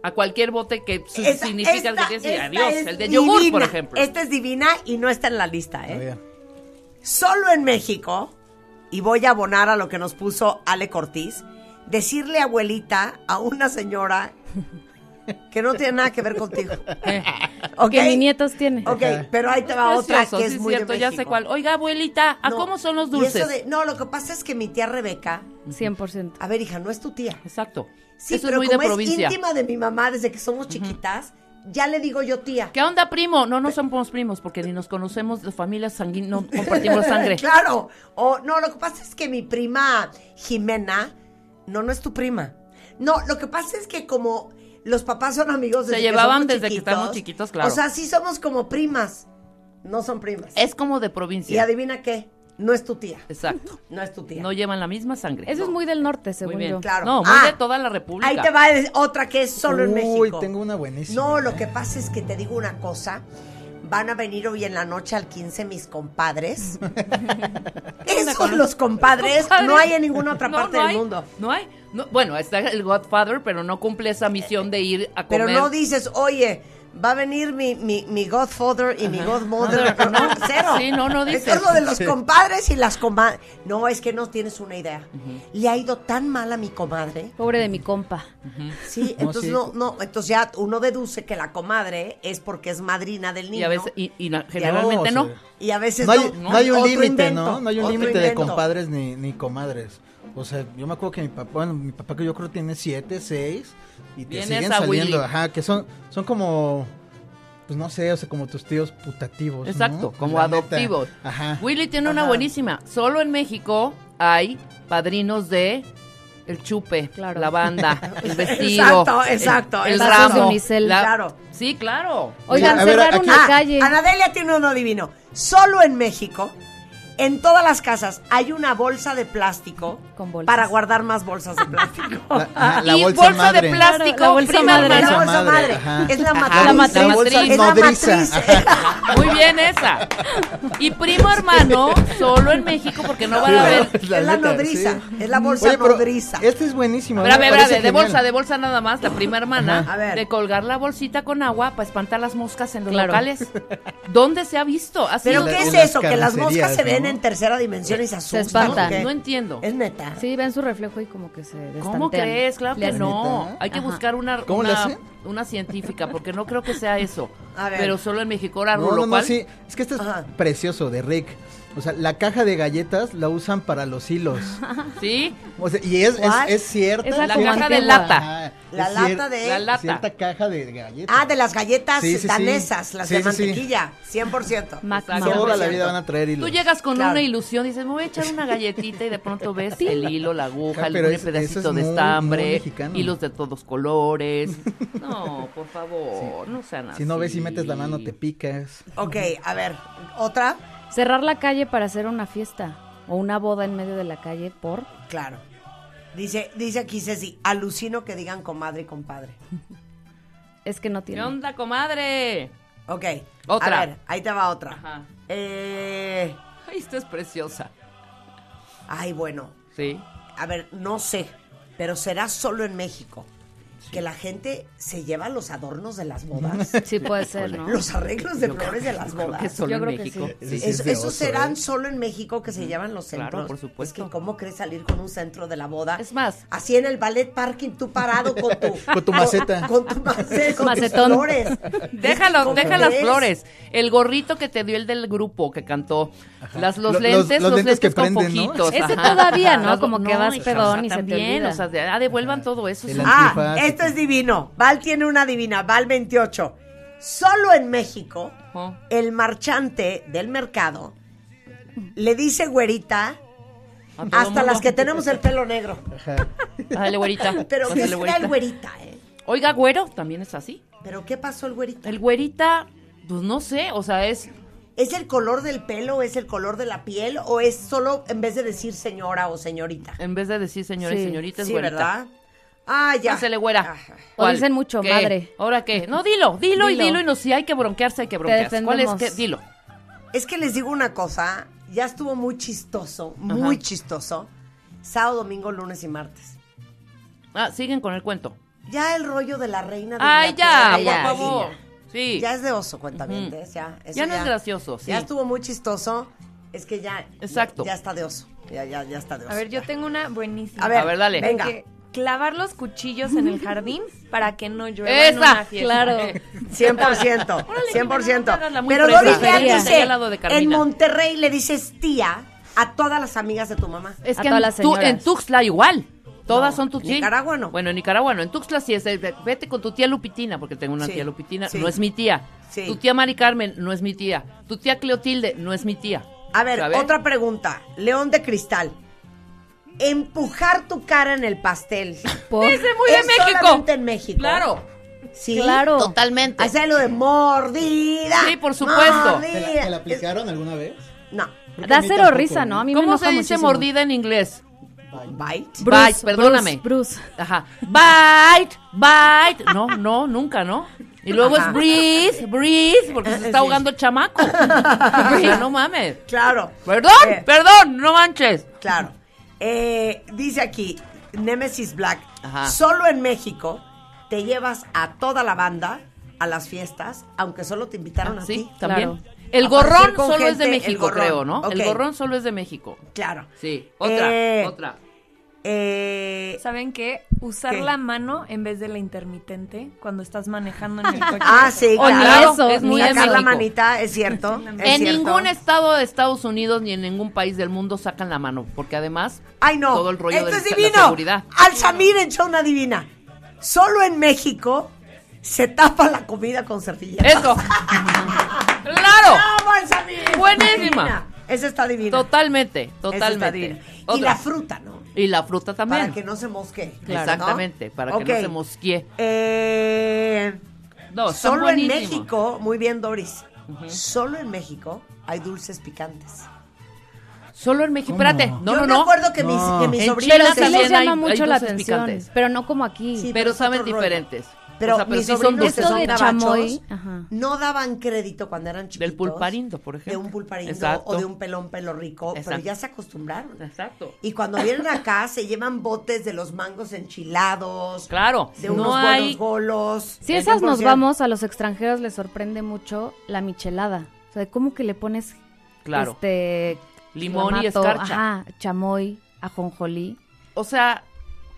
[SPEAKER 4] a cualquier bote que su-
[SPEAKER 2] Esta-
[SPEAKER 4] significa
[SPEAKER 2] esta-
[SPEAKER 4] que es
[SPEAKER 2] esta
[SPEAKER 4] adiós.
[SPEAKER 2] es
[SPEAKER 4] el de yogur, por
[SPEAKER 2] divina.
[SPEAKER 4] ejemplo.
[SPEAKER 2] Esta es divina y no está en la lista,
[SPEAKER 6] A
[SPEAKER 2] ¿eh?
[SPEAKER 6] ver.
[SPEAKER 2] Solo en México, y voy a abonar a lo que nos puso Ale Cortiz, decirle abuelita a una señora que no tiene nada que ver contigo.
[SPEAKER 4] Eh,
[SPEAKER 2] ¿Ok?
[SPEAKER 5] Que mi nietos tiene.
[SPEAKER 2] Ok,
[SPEAKER 6] Ajá.
[SPEAKER 2] pero ahí te va otra
[SPEAKER 4] Precioso,
[SPEAKER 2] que es
[SPEAKER 4] sí,
[SPEAKER 2] muy de
[SPEAKER 4] cierto, ya sé
[SPEAKER 2] México.
[SPEAKER 4] cuál. Oiga, abuelita, ¿a
[SPEAKER 2] No,
[SPEAKER 4] cómo son los
[SPEAKER 2] y eso
[SPEAKER 4] dulces?
[SPEAKER 2] de- no, lo que pasa es que mi tía Rebeca,
[SPEAKER 5] 100%.
[SPEAKER 2] a ver, hija, no es tu tía.
[SPEAKER 4] Exacto.
[SPEAKER 2] Sí,
[SPEAKER 4] Eso es
[SPEAKER 2] pero
[SPEAKER 4] muy de
[SPEAKER 2] como es
[SPEAKER 4] provincia.
[SPEAKER 2] íntima de mi mamá desde que somos chiquitas, ya le digo yo tía.
[SPEAKER 4] ¿Qué onda, primo? No, no somos primos porque ni nos conocemos de familia sanguínea, no compartimos sangre.
[SPEAKER 2] Claro. O no, lo que pasa es que mi prima Jimena, no, no es tu prima. No, lo que pasa es que como los papás son amigos
[SPEAKER 4] Se
[SPEAKER 2] desde
[SPEAKER 4] llevaban
[SPEAKER 2] que somos
[SPEAKER 4] desde que
[SPEAKER 2] chiquitos,
[SPEAKER 4] estábamos chiquitos, claro.
[SPEAKER 2] O sea, sí somos como primas. No son primas.
[SPEAKER 4] Es como de
[SPEAKER 2] Y
[SPEAKER 4] provincia.
[SPEAKER 2] adivina qué, no es tu tía.
[SPEAKER 4] Exacto.
[SPEAKER 2] No es tu tía.
[SPEAKER 4] No llevan la misma sangre.
[SPEAKER 5] Eso es muy del norte, según
[SPEAKER 4] Muy bien.
[SPEAKER 5] yo.
[SPEAKER 2] Claro.
[SPEAKER 4] No, muy
[SPEAKER 2] Ah,
[SPEAKER 4] de toda la república.
[SPEAKER 2] Ahí te va es- otra que es solo en
[SPEAKER 6] Uy,
[SPEAKER 2] México.
[SPEAKER 6] tengo una buenísima.
[SPEAKER 2] No, lo que pasa es que te digo una cosa. Van a venir hoy en la noche al 15 mis compadres. Esos los compadres no hay en ninguna otra
[SPEAKER 4] No,
[SPEAKER 2] parte
[SPEAKER 4] no
[SPEAKER 2] del
[SPEAKER 4] hay,
[SPEAKER 2] mundo.
[SPEAKER 4] No hay. No, bueno, está el Godfather, pero no cumple esa misión de ir a comer.
[SPEAKER 2] Pero no dices, oye, va a venir mi, mi, mi Godfather y mi Godmother.
[SPEAKER 4] Mother,
[SPEAKER 2] No,
[SPEAKER 4] no.
[SPEAKER 2] cero.
[SPEAKER 4] Sí, no, no dices.
[SPEAKER 2] Esto es lo de los compadres y las comadres. No, es que no tienes una idea. Le ha ido tan mal a mi comadre.
[SPEAKER 5] Pobre de mi compa.
[SPEAKER 2] Sí,
[SPEAKER 6] No,
[SPEAKER 2] entonces
[SPEAKER 6] sí.
[SPEAKER 2] no, no, entonces ya uno deduce que la comadre es porque es madrina del niño.
[SPEAKER 4] y a veces, y, y na- generalmente
[SPEAKER 6] sí.
[SPEAKER 4] no.
[SPEAKER 2] Y a veces
[SPEAKER 6] No hay,
[SPEAKER 2] no.
[SPEAKER 6] no hay un
[SPEAKER 2] Otro
[SPEAKER 6] límite,
[SPEAKER 2] invento,
[SPEAKER 6] ¿no? No hay un
[SPEAKER 2] otro
[SPEAKER 6] límite de
[SPEAKER 2] invento.
[SPEAKER 6] compadres ni, ni comadres. O sea, yo me acuerdo que mi papá, bueno, mi papá que yo creo tiene siete, seis, y te
[SPEAKER 4] Vienes
[SPEAKER 6] siguen
[SPEAKER 4] a
[SPEAKER 6] saliendo,
[SPEAKER 4] Willy.
[SPEAKER 6] ajá, que son, son como, pues no sé, o sea, como tus tíos putativos. Pues ¿no?
[SPEAKER 4] Exacto, como
[SPEAKER 6] La neta.
[SPEAKER 4] adoptivos.
[SPEAKER 6] Ajá.
[SPEAKER 4] Willy tiene una buenísima. Solo en México hay padrinos de el chupe,
[SPEAKER 5] Claro.
[SPEAKER 4] la banda, el vestido.
[SPEAKER 2] Exacto,
[SPEAKER 4] el-
[SPEAKER 2] exacto,
[SPEAKER 4] El,
[SPEAKER 2] exacto.
[SPEAKER 4] ramo.
[SPEAKER 5] Vasos de unicel.
[SPEAKER 2] Claro.
[SPEAKER 4] Sí, claro.
[SPEAKER 5] Oigan,
[SPEAKER 6] Sí, a ver,
[SPEAKER 5] cerraron
[SPEAKER 6] aquí-
[SPEAKER 5] la
[SPEAKER 2] Ah,
[SPEAKER 5] calle.
[SPEAKER 2] Anadelia tiene uno divino. Solo en México, en todas las casas, hay una bolsa de plástico
[SPEAKER 5] Con bolsas.
[SPEAKER 2] para guardar más bolsas de plástico.
[SPEAKER 6] La, ajá, la
[SPEAKER 4] y
[SPEAKER 6] bolsa,
[SPEAKER 4] bolsa
[SPEAKER 6] madre.
[SPEAKER 4] de plástico,
[SPEAKER 5] Claro, la bolsa
[SPEAKER 4] prima
[SPEAKER 5] madre.
[SPEAKER 2] la
[SPEAKER 4] hermana.
[SPEAKER 2] bolsa
[SPEAKER 6] madre,
[SPEAKER 2] madre.
[SPEAKER 6] ajá.
[SPEAKER 2] Es la
[SPEAKER 4] Ajá,
[SPEAKER 2] matriz.
[SPEAKER 4] la matriz. La bolsa
[SPEAKER 2] Es la
[SPEAKER 6] nodriza.
[SPEAKER 2] matriz.
[SPEAKER 4] Muy bien esa. Y primo hermano, solo en México, porque no van a ver.
[SPEAKER 6] Sí,
[SPEAKER 2] Es la
[SPEAKER 6] neta,
[SPEAKER 2] nodriza,
[SPEAKER 6] sí.
[SPEAKER 2] es la bolsa
[SPEAKER 6] Oye, pero
[SPEAKER 2] nodriza.
[SPEAKER 6] Este es buenísimo.
[SPEAKER 4] Espérame,
[SPEAKER 6] me
[SPEAKER 4] espérame,
[SPEAKER 6] parece
[SPEAKER 4] de
[SPEAKER 6] genial.
[SPEAKER 4] bolsa, de bolsa nada más, la prima hermana,
[SPEAKER 2] Ajá. A ver.
[SPEAKER 4] de colgar la bolsita con agua para espantar las moscas en los
[SPEAKER 5] Claro.
[SPEAKER 4] locales. ¿Dónde se ha visto? Así
[SPEAKER 2] ¿Pero
[SPEAKER 6] En la-
[SPEAKER 2] qué
[SPEAKER 6] en
[SPEAKER 2] es
[SPEAKER 6] las
[SPEAKER 2] eso? Que las moscas
[SPEAKER 6] carnicerías,
[SPEAKER 2] se ven
[SPEAKER 6] ¿no?
[SPEAKER 2] en tercera dimensión y se asustan.
[SPEAKER 5] espantan.
[SPEAKER 2] ¿o qué?
[SPEAKER 4] No entiendo.
[SPEAKER 2] Es neta.
[SPEAKER 5] Sí, ven su reflejo y como que se destantean.
[SPEAKER 4] ¿Cómo crees? Claro
[SPEAKER 5] Le
[SPEAKER 4] que
[SPEAKER 5] hacen-
[SPEAKER 4] no.
[SPEAKER 6] neta?
[SPEAKER 4] Hay que
[SPEAKER 5] Ajá.
[SPEAKER 4] buscar una,
[SPEAKER 6] ¿Cómo le
[SPEAKER 4] una,
[SPEAKER 6] hace?
[SPEAKER 4] una científica, porque no creo que sea eso.
[SPEAKER 2] A ver.
[SPEAKER 4] Pero solo en México, ahora
[SPEAKER 6] No,
[SPEAKER 4] lo
[SPEAKER 6] no, no,
[SPEAKER 4] cual-
[SPEAKER 6] sí. Es que este es
[SPEAKER 2] Ajá.
[SPEAKER 6] precioso de Rick. O sea, la caja de galletas la usan para los hilos.
[SPEAKER 4] ¿Sí?
[SPEAKER 6] O sea, y es, es,
[SPEAKER 2] ¿Cuál?
[SPEAKER 6] es cierta.
[SPEAKER 5] Es la
[SPEAKER 4] La
[SPEAKER 5] Como
[SPEAKER 4] caja de
[SPEAKER 5] antigua.
[SPEAKER 4] lata.
[SPEAKER 6] Ajá,
[SPEAKER 2] La
[SPEAKER 6] Ah, es
[SPEAKER 2] lata
[SPEAKER 6] cier-
[SPEAKER 2] de-
[SPEAKER 4] La lata.
[SPEAKER 6] Cierta caja de galletas.
[SPEAKER 2] Ah, de las galletas
[SPEAKER 6] Sí, sí, sí.
[SPEAKER 2] danesas, las
[SPEAKER 6] Sí,
[SPEAKER 2] de
[SPEAKER 6] sí, sí.
[SPEAKER 2] mantequilla, 100%.
[SPEAKER 5] Magma.
[SPEAKER 4] Exacto.
[SPEAKER 6] Toda la
[SPEAKER 2] 100%.
[SPEAKER 6] vida van a traer hilos.
[SPEAKER 4] Tú llegas con
[SPEAKER 2] Claro.
[SPEAKER 4] una ilusión, dices, me voy a echar una galletita y de pronto ves el hilo, la aguja,
[SPEAKER 6] Ah,
[SPEAKER 4] el
[SPEAKER 6] pero
[SPEAKER 4] un
[SPEAKER 6] es-
[SPEAKER 4] pedacito
[SPEAKER 6] eso es
[SPEAKER 4] de
[SPEAKER 6] muy- muy
[SPEAKER 4] estambre,
[SPEAKER 6] mexicano.
[SPEAKER 4] hilos de todos colores. No, por favor, no sean así.
[SPEAKER 6] Si no ves y metes la mano, te picas.
[SPEAKER 2] Ok, a ver, otra.
[SPEAKER 5] Cerrar la calle para hacer una fiesta o una boda en medio de la calle por...
[SPEAKER 2] Claro. Dice, dice aquí Ceci, alucino que digan comadre y compadre.
[SPEAKER 5] Es que no
[SPEAKER 4] ¿Qué
[SPEAKER 5] tiene.
[SPEAKER 4] onda, comadre?
[SPEAKER 2] Ok.
[SPEAKER 4] Otra.
[SPEAKER 2] A ver, ahí te va otra.
[SPEAKER 4] Ajá.
[SPEAKER 2] Eh,
[SPEAKER 4] Ay, esta es preciosa.
[SPEAKER 2] ay, bueno.
[SPEAKER 4] Sí.
[SPEAKER 2] A ver, no sé, pero será solo en México. Que la gente se lleva los adornos de las bodas,
[SPEAKER 5] Sí puede ser, ¿no?
[SPEAKER 2] los arreglos de flores de las
[SPEAKER 4] Creo que
[SPEAKER 2] bodas.
[SPEAKER 4] solo
[SPEAKER 5] Yo
[SPEAKER 4] en
[SPEAKER 5] creo que
[SPEAKER 4] México.
[SPEAKER 6] sí.
[SPEAKER 4] Sí.
[SPEAKER 6] Ese
[SPEAKER 2] Eso,
[SPEAKER 6] es de
[SPEAKER 2] esos
[SPEAKER 6] oso,
[SPEAKER 2] serán
[SPEAKER 6] ¿eh?
[SPEAKER 2] solo en México que se llaman los
[SPEAKER 4] Claro,
[SPEAKER 2] centros.
[SPEAKER 4] por
[SPEAKER 2] Es
[SPEAKER 4] supuesto.
[SPEAKER 2] que, ¿cómo crees salir con un centro de la boda?
[SPEAKER 4] Es más.
[SPEAKER 2] Así en el ballet parking, tú parado con tu... Ah,
[SPEAKER 6] Con tu maceta.
[SPEAKER 2] Con tu maceta, con tus
[SPEAKER 5] Macetón.
[SPEAKER 2] flores.
[SPEAKER 4] Déjalo,
[SPEAKER 2] ¿Cómo
[SPEAKER 4] deja las
[SPEAKER 2] crees?
[SPEAKER 4] flores. El gorrito que te dio el del grupo que cantó. Las, los,
[SPEAKER 6] Lo- los-
[SPEAKER 4] lentes, los,
[SPEAKER 6] los
[SPEAKER 4] lentes,
[SPEAKER 6] lentes que
[SPEAKER 4] con
[SPEAKER 6] prenden, ¿no?
[SPEAKER 4] foquitos.
[SPEAKER 5] Ese
[SPEAKER 4] ajá.
[SPEAKER 5] todavía, ¿no?
[SPEAKER 4] Las-
[SPEAKER 5] Como que vas
[SPEAKER 4] hija,
[SPEAKER 5] pedón
[SPEAKER 4] o sea,
[SPEAKER 5] y se te
[SPEAKER 4] también,
[SPEAKER 5] olvida.
[SPEAKER 4] o sea, de- ah, devuelvan todo eso.
[SPEAKER 6] El
[SPEAKER 4] sí.
[SPEAKER 2] Ah,
[SPEAKER 6] Antifaz.
[SPEAKER 2] esto es divino. Val tiene una divina, Val 28. Solo en México,
[SPEAKER 4] Ujú.
[SPEAKER 2] el marchante del mercado le dice güerita
[SPEAKER 4] A todo
[SPEAKER 2] hasta
[SPEAKER 4] mundo.
[SPEAKER 2] las que tenemos el pelo negro.
[SPEAKER 6] Ajá.
[SPEAKER 4] Ándale, güerita.
[SPEAKER 2] Pero
[SPEAKER 4] Pásale,
[SPEAKER 2] que será el
[SPEAKER 4] güerita.
[SPEAKER 2] güerita, ¿eh?
[SPEAKER 4] Oiga, güero, también es así.
[SPEAKER 2] ¿Pero qué pasó el güerita?
[SPEAKER 4] El güerita, pues no sé, o sea, es.
[SPEAKER 2] ¿Es el color del pelo, es el color de la piel o es solo en vez de decir señora o señorita?
[SPEAKER 4] En vez de decir señores,
[SPEAKER 5] Sí.
[SPEAKER 4] señorita, es
[SPEAKER 2] Sí,
[SPEAKER 4] güerita.
[SPEAKER 2] ¿verdad? Ah, ya.
[SPEAKER 4] Pásale, güera.
[SPEAKER 2] Ah,
[SPEAKER 5] O dicen mucho,
[SPEAKER 4] ¿Qué?
[SPEAKER 5] madre.
[SPEAKER 4] ¿Ahora qué? No, dilo, dilo, y
[SPEAKER 5] Dilo.
[SPEAKER 4] dilo. Y no, si hay que bronquearse, hay que bronquearse. ¿Cuál es
[SPEAKER 5] defendemos.
[SPEAKER 4] que? Dilo.
[SPEAKER 2] Es que les digo una cosa, ya estuvo muy chistoso, muy
[SPEAKER 4] Ajá.
[SPEAKER 2] chistoso. Sábado, domingo, lunes y martes.
[SPEAKER 4] Ah, siguen con el cuento.
[SPEAKER 2] Ya el rollo de la reina de
[SPEAKER 4] Ay,
[SPEAKER 2] Inglaterra,
[SPEAKER 4] ya, por
[SPEAKER 5] ya,
[SPEAKER 4] favor.
[SPEAKER 5] sí,
[SPEAKER 4] Sí.
[SPEAKER 2] Ya es de oso, cuentavientes, ya. eso
[SPEAKER 4] Ya no es gracioso, sí.
[SPEAKER 2] Ya estuvo muy chistoso. Es que ya.
[SPEAKER 4] Exacto.
[SPEAKER 2] Ya, está de oso. Ya, ya, ya está de oso.
[SPEAKER 7] A ver, yo
[SPEAKER 2] ya.
[SPEAKER 7] tengo una buenísima.
[SPEAKER 2] A ver,
[SPEAKER 4] A ver, dale.
[SPEAKER 2] Venga.
[SPEAKER 7] Que clavar los cuchillos en el jardín para que no llueva en
[SPEAKER 4] Esa,
[SPEAKER 7] una fiesta.
[SPEAKER 5] Claro.
[SPEAKER 2] 100%.
[SPEAKER 4] Jimena, no te hagas la
[SPEAKER 2] 100%.
[SPEAKER 4] muy
[SPEAKER 2] Pero
[SPEAKER 4] fresa.
[SPEAKER 2] Doris Leal
[SPEAKER 5] Estaría
[SPEAKER 2] dice,
[SPEAKER 4] al lado de Carmina.
[SPEAKER 2] en Monterrey le dices tía a todas las amigas de tu mamá.
[SPEAKER 4] Es
[SPEAKER 5] A
[SPEAKER 4] que
[SPEAKER 5] todas
[SPEAKER 4] en,
[SPEAKER 5] las
[SPEAKER 4] tu-
[SPEAKER 5] señoras.
[SPEAKER 4] en Tuxtla igual. Todas son tu
[SPEAKER 2] en
[SPEAKER 4] tía.
[SPEAKER 2] Nicaragua no.
[SPEAKER 4] Bueno, en Nicaragua no. En Tuxtla sí es. de- de- Vete con tu tía Lupitina, porque tengo una
[SPEAKER 2] Sí,
[SPEAKER 4] tía Lupitina.
[SPEAKER 2] sí.
[SPEAKER 4] No es mi tía.
[SPEAKER 2] Sí.
[SPEAKER 4] Tu tía Mari Carmen no es mi tía. Tu tía Cleotilde no es mi tía.
[SPEAKER 2] A ver,
[SPEAKER 4] ¿Sabes?
[SPEAKER 2] otra pregunta. León de Cristal. Empujar tu cara en el pastel.
[SPEAKER 5] Por-
[SPEAKER 4] muy de
[SPEAKER 2] Es
[SPEAKER 4] México.
[SPEAKER 2] solamente en México.
[SPEAKER 4] Claro.
[SPEAKER 2] Sí.
[SPEAKER 5] Claro.
[SPEAKER 4] Totalmente.
[SPEAKER 2] Hacerlo de mordida.
[SPEAKER 4] Sí, por supuesto.
[SPEAKER 2] mordida.
[SPEAKER 6] ¿Te la, te la aplicaron alguna vez?
[SPEAKER 2] No.
[SPEAKER 6] Creo que a
[SPEAKER 5] Da
[SPEAKER 6] mí
[SPEAKER 5] cero
[SPEAKER 6] tampoco.
[SPEAKER 5] risa, ¿no? A mí me
[SPEAKER 4] ¿Cómo
[SPEAKER 5] enoja
[SPEAKER 4] se dice
[SPEAKER 5] muchísimo.
[SPEAKER 4] mordida en inglés?
[SPEAKER 2] Bite.
[SPEAKER 5] Bruce,
[SPEAKER 4] Bite, perdóname.
[SPEAKER 5] Bruce, Bruce.
[SPEAKER 4] Ajá. Bite, bite. No, no, nunca, ¿no? Y luego
[SPEAKER 2] Ajá.
[SPEAKER 4] es breathe, breathe, porque se está ahogando el chamaco. O sea, no mames.
[SPEAKER 2] Claro.
[SPEAKER 4] Perdón,
[SPEAKER 2] Eh,
[SPEAKER 4] perdón, no manches.
[SPEAKER 2] Claro. Eh, dice aquí, Nemesis Black,
[SPEAKER 4] Ajá.
[SPEAKER 2] solo en México te llevas a toda la banda a las fiestas, aunque solo te invitaron a
[SPEAKER 4] Ah, Sí,
[SPEAKER 2] ti.
[SPEAKER 4] también.
[SPEAKER 5] Claro.
[SPEAKER 4] El
[SPEAKER 2] Aparecer
[SPEAKER 4] gorrón
[SPEAKER 2] con
[SPEAKER 4] solo es
[SPEAKER 2] gente,
[SPEAKER 4] de
[SPEAKER 2] el
[SPEAKER 4] México,
[SPEAKER 2] gorrón.
[SPEAKER 4] creo, ¿no?
[SPEAKER 2] Ok.
[SPEAKER 4] El gorrón solo es de México.
[SPEAKER 2] Claro.
[SPEAKER 4] Sí, otra,
[SPEAKER 2] Eh,
[SPEAKER 4] otra.
[SPEAKER 2] Eh,
[SPEAKER 7] ¿Saben qué? Usar
[SPEAKER 2] ¿Qué?
[SPEAKER 7] la mano en vez de la intermitente cuando estás manejando en el coche.
[SPEAKER 2] ah, sí,
[SPEAKER 4] O ni
[SPEAKER 2] claro.
[SPEAKER 5] eso,
[SPEAKER 4] es muy
[SPEAKER 5] ni
[SPEAKER 4] de
[SPEAKER 2] Sacar la
[SPEAKER 4] México.
[SPEAKER 2] manita, es cierto. es
[SPEAKER 4] En
[SPEAKER 2] cierto.
[SPEAKER 4] ningún estado de Estados Unidos ni en ningún país del mundo sacan la mano, porque además
[SPEAKER 2] Ay, no.
[SPEAKER 4] todo el rollo
[SPEAKER 2] Esto
[SPEAKER 4] de
[SPEAKER 2] es
[SPEAKER 4] la
[SPEAKER 2] divino.
[SPEAKER 4] seguridad.
[SPEAKER 2] Al Samir en Chona Divina. Solo en México se tapa la comida con servilleta.
[SPEAKER 4] Eso. claro.
[SPEAKER 2] ¡Bravo, Al Samir!
[SPEAKER 4] Buenísima.
[SPEAKER 2] Divina. Esa está divina.
[SPEAKER 4] Totalmente,
[SPEAKER 2] Esa está
[SPEAKER 4] totalmente.
[SPEAKER 2] divina. Y
[SPEAKER 4] Otra.
[SPEAKER 2] la fruta, ¿no?
[SPEAKER 4] Y la fruta también.
[SPEAKER 2] Para que no se mosque.
[SPEAKER 4] Claro. Exactamente, para que no se mosquee.
[SPEAKER 2] Eh,
[SPEAKER 4] No, están
[SPEAKER 2] solo en
[SPEAKER 4] buenísimos.
[SPEAKER 2] México, muy bien Doris, solo en México hay dulces picantes.
[SPEAKER 4] Solo en México. Espérate, no,
[SPEAKER 2] Yo
[SPEAKER 4] no,
[SPEAKER 2] me
[SPEAKER 4] no.
[SPEAKER 2] acuerdo que mis,
[SPEAKER 6] No.
[SPEAKER 2] que mis
[SPEAKER 4] En
[SPEAKER 2] sobrinos...
[SPEAKER 4] Chile
[SPEAKER 2] se-
[SPEAKER 5] Pero sí
[SPEAKER 4] también
[SPEAKER 5] les
[SPEAKER 4] hay-
[SPEAKER 5] llama
[SPEAKER 4] hay
[SPEAKER 5] mucho la
[SPEAKER 4] dulces
[SPEAKER 5] atención.
[SPEAKER 4] picantes.
[SPEAKER 5] Pero no como aquí.
[SPEAKER 2] Sí,
[SPEAKER 4] Pero
[SPEAKER 2] es
[SPEAKER 4] saben
[SPEAKER 2] otro rollo.
[SPEAKER 4] diferentes.
[SPEAKER 2] Pero
[SPEAKER 4] O sea, pero
[SPEAKER 2] mis
[SPEAKER 4] sí son
[SPEAKER 2] sobrinos que
[SPEAKER 4] dulces.
[SPEAKER 2] son
[SPEAKER 5] Esto de
[SPEAKER 2] gabachos,
[SPEAKER 5] chamoy, ajá.
[SPEAKER 2] no daban crédito cuando eran chiquitos.
[SPEAKER 4] pulparindo, por ejemplo.
[SPEAKER 2] De un pulparindo
[SPEAKER 4] Exacto.
[SPEAKER 2] o de un pelón pelo rico, pero
[SPEAKER 4] Exacto.
[SPEAKER 2] ya se acostumbraron.
[SPEAKER 4] Exacto.
[SPEAKER 2] Y cuando vienen acá se llevan botes de los mangos enchilados.
[SPEAKER 4] Claro,
[SPEAKER 2] De
[SPEAKER 4] no
[SPEAKER 2] unos
[SPEAKER 4] hay-
[SPEAKER 2] buenos golos.
[SPEAKER 5] Si esas nos
[SPEAKER 2] 100%.
[SPEAKER 5] vamos, a los extranjeros les sorprende mucho la michelada. O sea, ¿cómo que le pones
[SPEAKER 4] Claro.
[SPEAKER 5] este
[SPEAKER 4] Limón y
[SPEAKER 5] clamato,
[SPEAKER 4] escarcha.
[SPEAKER 5] Ajá, chamoy, ajonjolí.
[SPEAKER 4] O sea,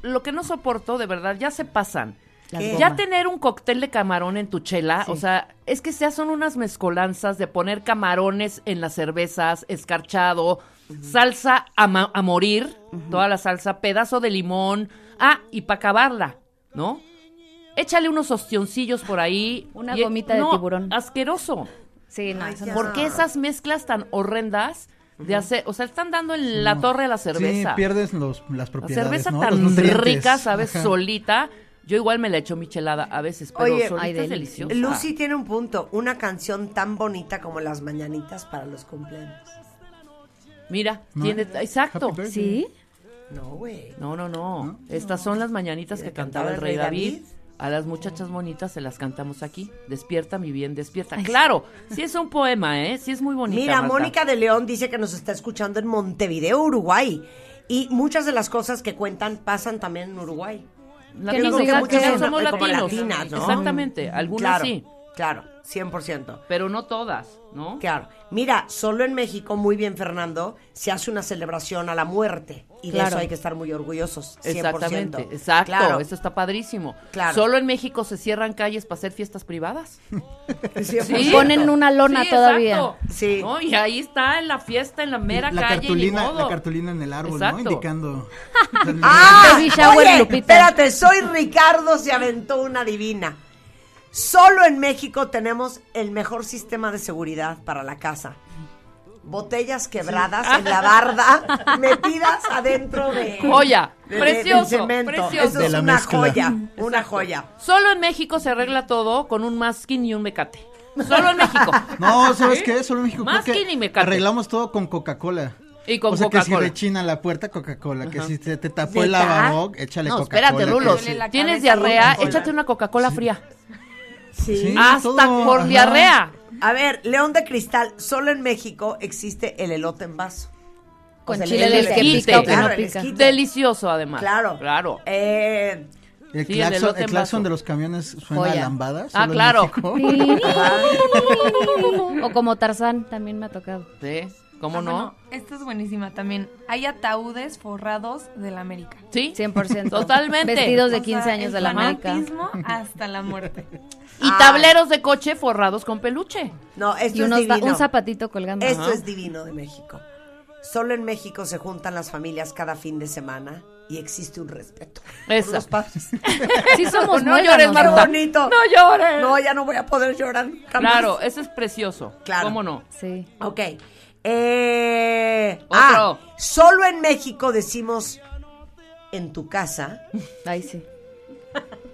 [SPEAKER 4] lo que no soporto, de verdad, ya se pasan.
[SPEAKER 5] las
[SPEAKER 2] ¿Qué?
[SPEAKER 4] Ya
[SPEAKER 5] gomas.
[SPEAKER 4] tener un cóctel de camarón en tu chela,
[SPEAKER 5] Sí.
[SPEAKER 4] o sea, es que ya son unas mezcolanzas de poner camarones en las cervezas, escarchado, salsa a, ma- a morir, toda la salsa, pedazo de limón, ah, y para acabarla, ¿no? Échale unos ostioncillos por ahí.
[SPEAKER 5] Una
[SPEAKER 4] y- e,
[SPEAKER 5] gomita de
[SPEAKER 4] no,
[SPEAKER 5] tiburón.
[SPEAKER 4] Asqueroso.
[SPEAKER 5] Sí, no,
[SPEAKER 2] Ay,
[SPEAKER 5] eso
[SPEAKER 2] ya.
[SPEAKER 5] no.
[SPEAKER 4] ¿Por qué esas mezclas tan horrendas de hacer, o sea, están dando en la torre a la cerveza?
[SPEAKER 6] Sí, pierdes los, las
[SPEAKER 4] La
[SPEAKER 6] propiedades,
[SPEAKER 4] cerveza
[SPEAKER 6] ¿no? Los
[SPEAKER 4] tan
[SPEAKER 6] nutrientes.
[SPEAKER 4] rica, ¿sabes?
[SPEAKER 6] Ajá.
[SPEAKER 4] Solita. Yo igual me la echo michelada a veces, pero
[SPEAKER 2] Oye,
[SPEAKER 4] solita
[SPEAKER 5] ay,
[SPEAKER 4] es
[SPEAKER 5] delicioso.
[SPEAKER 4] deliciosa.
[SPEAKER 2] Lucy tiene un punto, una canción tan bonita como Las Mañanitas para los cumpleaños.
[SPEAKER 4] Mira,
[SPEAKER 6] ¿No? ¿eh?
[SPEAKER 4] tiene... Exacto.
[SPEAKER 6] Happy birthday.
[SPEAKER 5] ¿Sí?
[SPEAKER 2] No, güey.
[SPEAKER 4] No, no, no, Estas son las mañanitas que cantaba el rey David. A las muchachas bonitas se las cantamos aquí. Despierta, mi bien, despierta. Claro, sí es un poema, ¿eh? Sí es muy bonita.
[SPEAKER 2] Mira,
[SPEAKER 4] Marta.
[SPEAKER 2] Mónica de León dice que nos está escuchando en Montevideo, Uruguay. Y muchas de las cosas que cuentan pasan también en Uruguay.
[SPEAKER 4] Latinos,
[SPEAKER 5] que nos diga
[SPEAKER 4] exacto,
[SPEAKER 5] que
[SPEAKER 4] ya
[SPEAKER 5] son
[SPEAKER 4] somos
[SPEAKER 2] como
[SPEAKER 4] latinos.
[SPEAKER 2] latinas, ¿no?
[SPEAKER 4] Exactamente, Eh, algunas
[SPEAKER 2] claro,
[SPEAKER 4] sí,
[SPEAKER 2] Claro, 100%.
[SPEAKER 4] pero no todas, ¿no?
[SPEAKER 2] Claro. Mira, solo en México, muy bien, Fernando, se hace una celebración a la muerte. Y de
[SPEAKER 5] Claro.
[SPEAKER 2] eso hay que estar muy orgullosos. 100%.
[SPEAKER 4] Exactamente, exacto,
[SPEAKER 2] Claro,
[SPEAKER 4] eso está padrísimo.
[SPEAKER 2] Claro.
[SPEAKER 4] Solo en México se cierran calles para hacer fiestas privadas.
[SPEAKER 2] 100%.
[SPEAKER 5] Y ponen una lona
[SPEAKER 4] Sí,
[SPEAKER 5] todavía.
[SPEAKER 4] exacto.
[SPEAKER 2] Sí.
[SPEAKER 4] No, y ahí está en la fiesta, en la mera
[SPEAKER 6] la
[SPEAKER 4] calle.
[SPEAKER 6] cartulina,
[SPEAKER 4] ni modo.
[SPEAKER 6] la cartulina en el árbol,
[SPEAKER 4] Exacto.
[SPEAKER 6] ¿no? Indicando.
[SPEAKER 2] ¡Ah!
[SPEAKER 5] Baby shower,
[SPEAKER 2] oye,
[SPEAKER 5] Lupita.
[SPEAKER 2] espérate, soy Ricardo, se aventó una divina. Solo en México tenemos el mejor sistema de seguridad para la casa. Botellas quebradas en la barda, metidas adentro de...
[SPEAKER 4] Joya,
[SPEAKER 2] de- de-
[SPEAKER 4] precioso,
[SPEAKER 2] del cemento.
[SPEAKER 4] precioso.
[SPEAKER 2] Eso
[SPEAKER 6] De
[SPEAKER 2] es
[SPEAKER 6] la
[SPEAKER 2] una
[SPEAKER 6] mezcla.
[SPEAKER 2] joya, una joya.
[SPEAKER 4] Solo en México se arregla todo con un masking y un mecate. Solo en México.
[SPEAKER 6] No, ¿sabes qué? Solo en México
[SPEAKER 4] Más
[SPEAKER 6] creo
[SPEAKER 4] que ni
[SPEAKER 6] que
[SPEAKER 4] mecate.
[SPEAKER 6] arreglamos todo con Coca-Cola.
[SPEAKER 4] Y con
[SPEAKER 6] o sea, que si
[SPEAKER 4] Coca-Cola.
[SPEAKER 6] rechina la puerta, Coca-Cola. Que si te, te tapó el
[SPEAKER 2] ¿Neta?
[SPEAKER 6] lavabo, échale
[SPEAKER 4] No,
[SPEAKER 6] Coca-Cola.
[SPEAKER 4] espérate, Rulo.
[SPEAKER 6] que
[SPEAKER 7] Duele
[SPEAKER 6] sí.
[SPEAKER 7] la
[SPEAKER 4] Tienes
[SPEAKER 7] cabeza,
[SPEAKER 4] diarrea,
[SPEAKER 7] Coca-Cola.
[SPEAKER 4] échate una Coca-Cola fría.
[SPEAKER 6] Sí,
[SPEAKER 4] Hasta
[SPEAKER 6] todo,
[SPEAKER 4] por
[SPEAKER 6] ajá.
[SPEAKER 4] diarrea.
[SPEAKER 2] A ver, León de Cristal, solo en México existe el elote en vaso.
[SPEAKER 5] Con
[SPEAKER 2] sea,
[SPEAKER 5] chile
[SPEAKER 4] el
[SPEAKER 5] del que
[SPEAKER 4] esquite.
[SPEAKER 5] pica o que
[SPEAKER 4] Claro,
[SPEAKER 5] no
[SPEAKER 2] el
[SPEAKER 5] pica.
[SPEAKER 2] esquite.
[SPEAKER 4] Delicioso, además.
[SPEAKER 2] Claro.
[SPEAKER 4] Claro.
[SPEAKER 2] Eh,
[SPEAKER 6] El
[SPEAKER 4] Sí, el
[SPEAKER 6] claxon,
[SPEAKER 4] elote
[SPEAKER 6] el claxon
[SPEAKER 4] mazo.
[SPEAKER 6] de los camiones suena
[SPEAKER 5] Joya.
[SPEAKER 6] a lambada.
[SPEAKER 4] Ah,
[SPEAKER 6] solo en
[SPEAKER 4] claro.
[SPEAKER 6] México.
[SPEAKER 5] O como Tarzán, también me ha tocado.
[SPEAKER 4] Sí, ¿Cómo
[SPEAKER 7] Ah,
[SPEAKER 4] no?
[SPEAKER 7] bueno, esta es buenísima también. Hay ataúdes forrados de la América.
[SPEAKER 4] Sí.
[SPEAKER 5] 100%.
[SPEAKER 4] Totalmente.
[SPEAKER 5] Vestidos de
[SPEAKER 7] O sea,
[SPEAKER 5] 15 años
[SPEAKER 7] el
[SPEAKER 5] de la marca.
[SPEAKER 7] fanatismo hasta la muerte.
[SPEAKER 4] Y tableros de coche forrados con peluche.
[SPEAKER 2] no, esto
[SPEAKER 5] Y
[SPEAKER 2] es
[SPEAKER 5] unos ta-
[SPEAKER 2] divino.
[SPEAKER 5] un zapatito colgando.
[SPEAKER 2] Esto
[SPEAKER 5] Ajá.
[SPEAKER 2] es divino de México. Solo en México se juntan las familias cada fin de semana y existe un respeto.
[SPEAKER 4] Eso.
[SPEAKER 2] Por los padres.
[SPEAKER 5] Sí somos
[SPEAKER 4] No llores,
[SPEAKER 5] muéganos,
[SPEAKER 2] ¡Qué
[SPEAKER 4] Marta.
[SPEAKER 2] bonito!
[SPEAKER 4] No llores.
[SPEAKER 2] No, ya no voy a poder llorar. jamás.
[SPEAKER 4] Claro, eso es precioso.
[SPEAKER 2] Claro.
[SPEAKER 4] ¿Cómo no?
[SPEAKER 5] Sí.
[SPEAKER 2] Ok. Eh,
[SPEAKER 4] Otro.
[SPEAKER 2] ah, solo en México decimos en tu casa.
[SPEAKER 5] Ay, sí.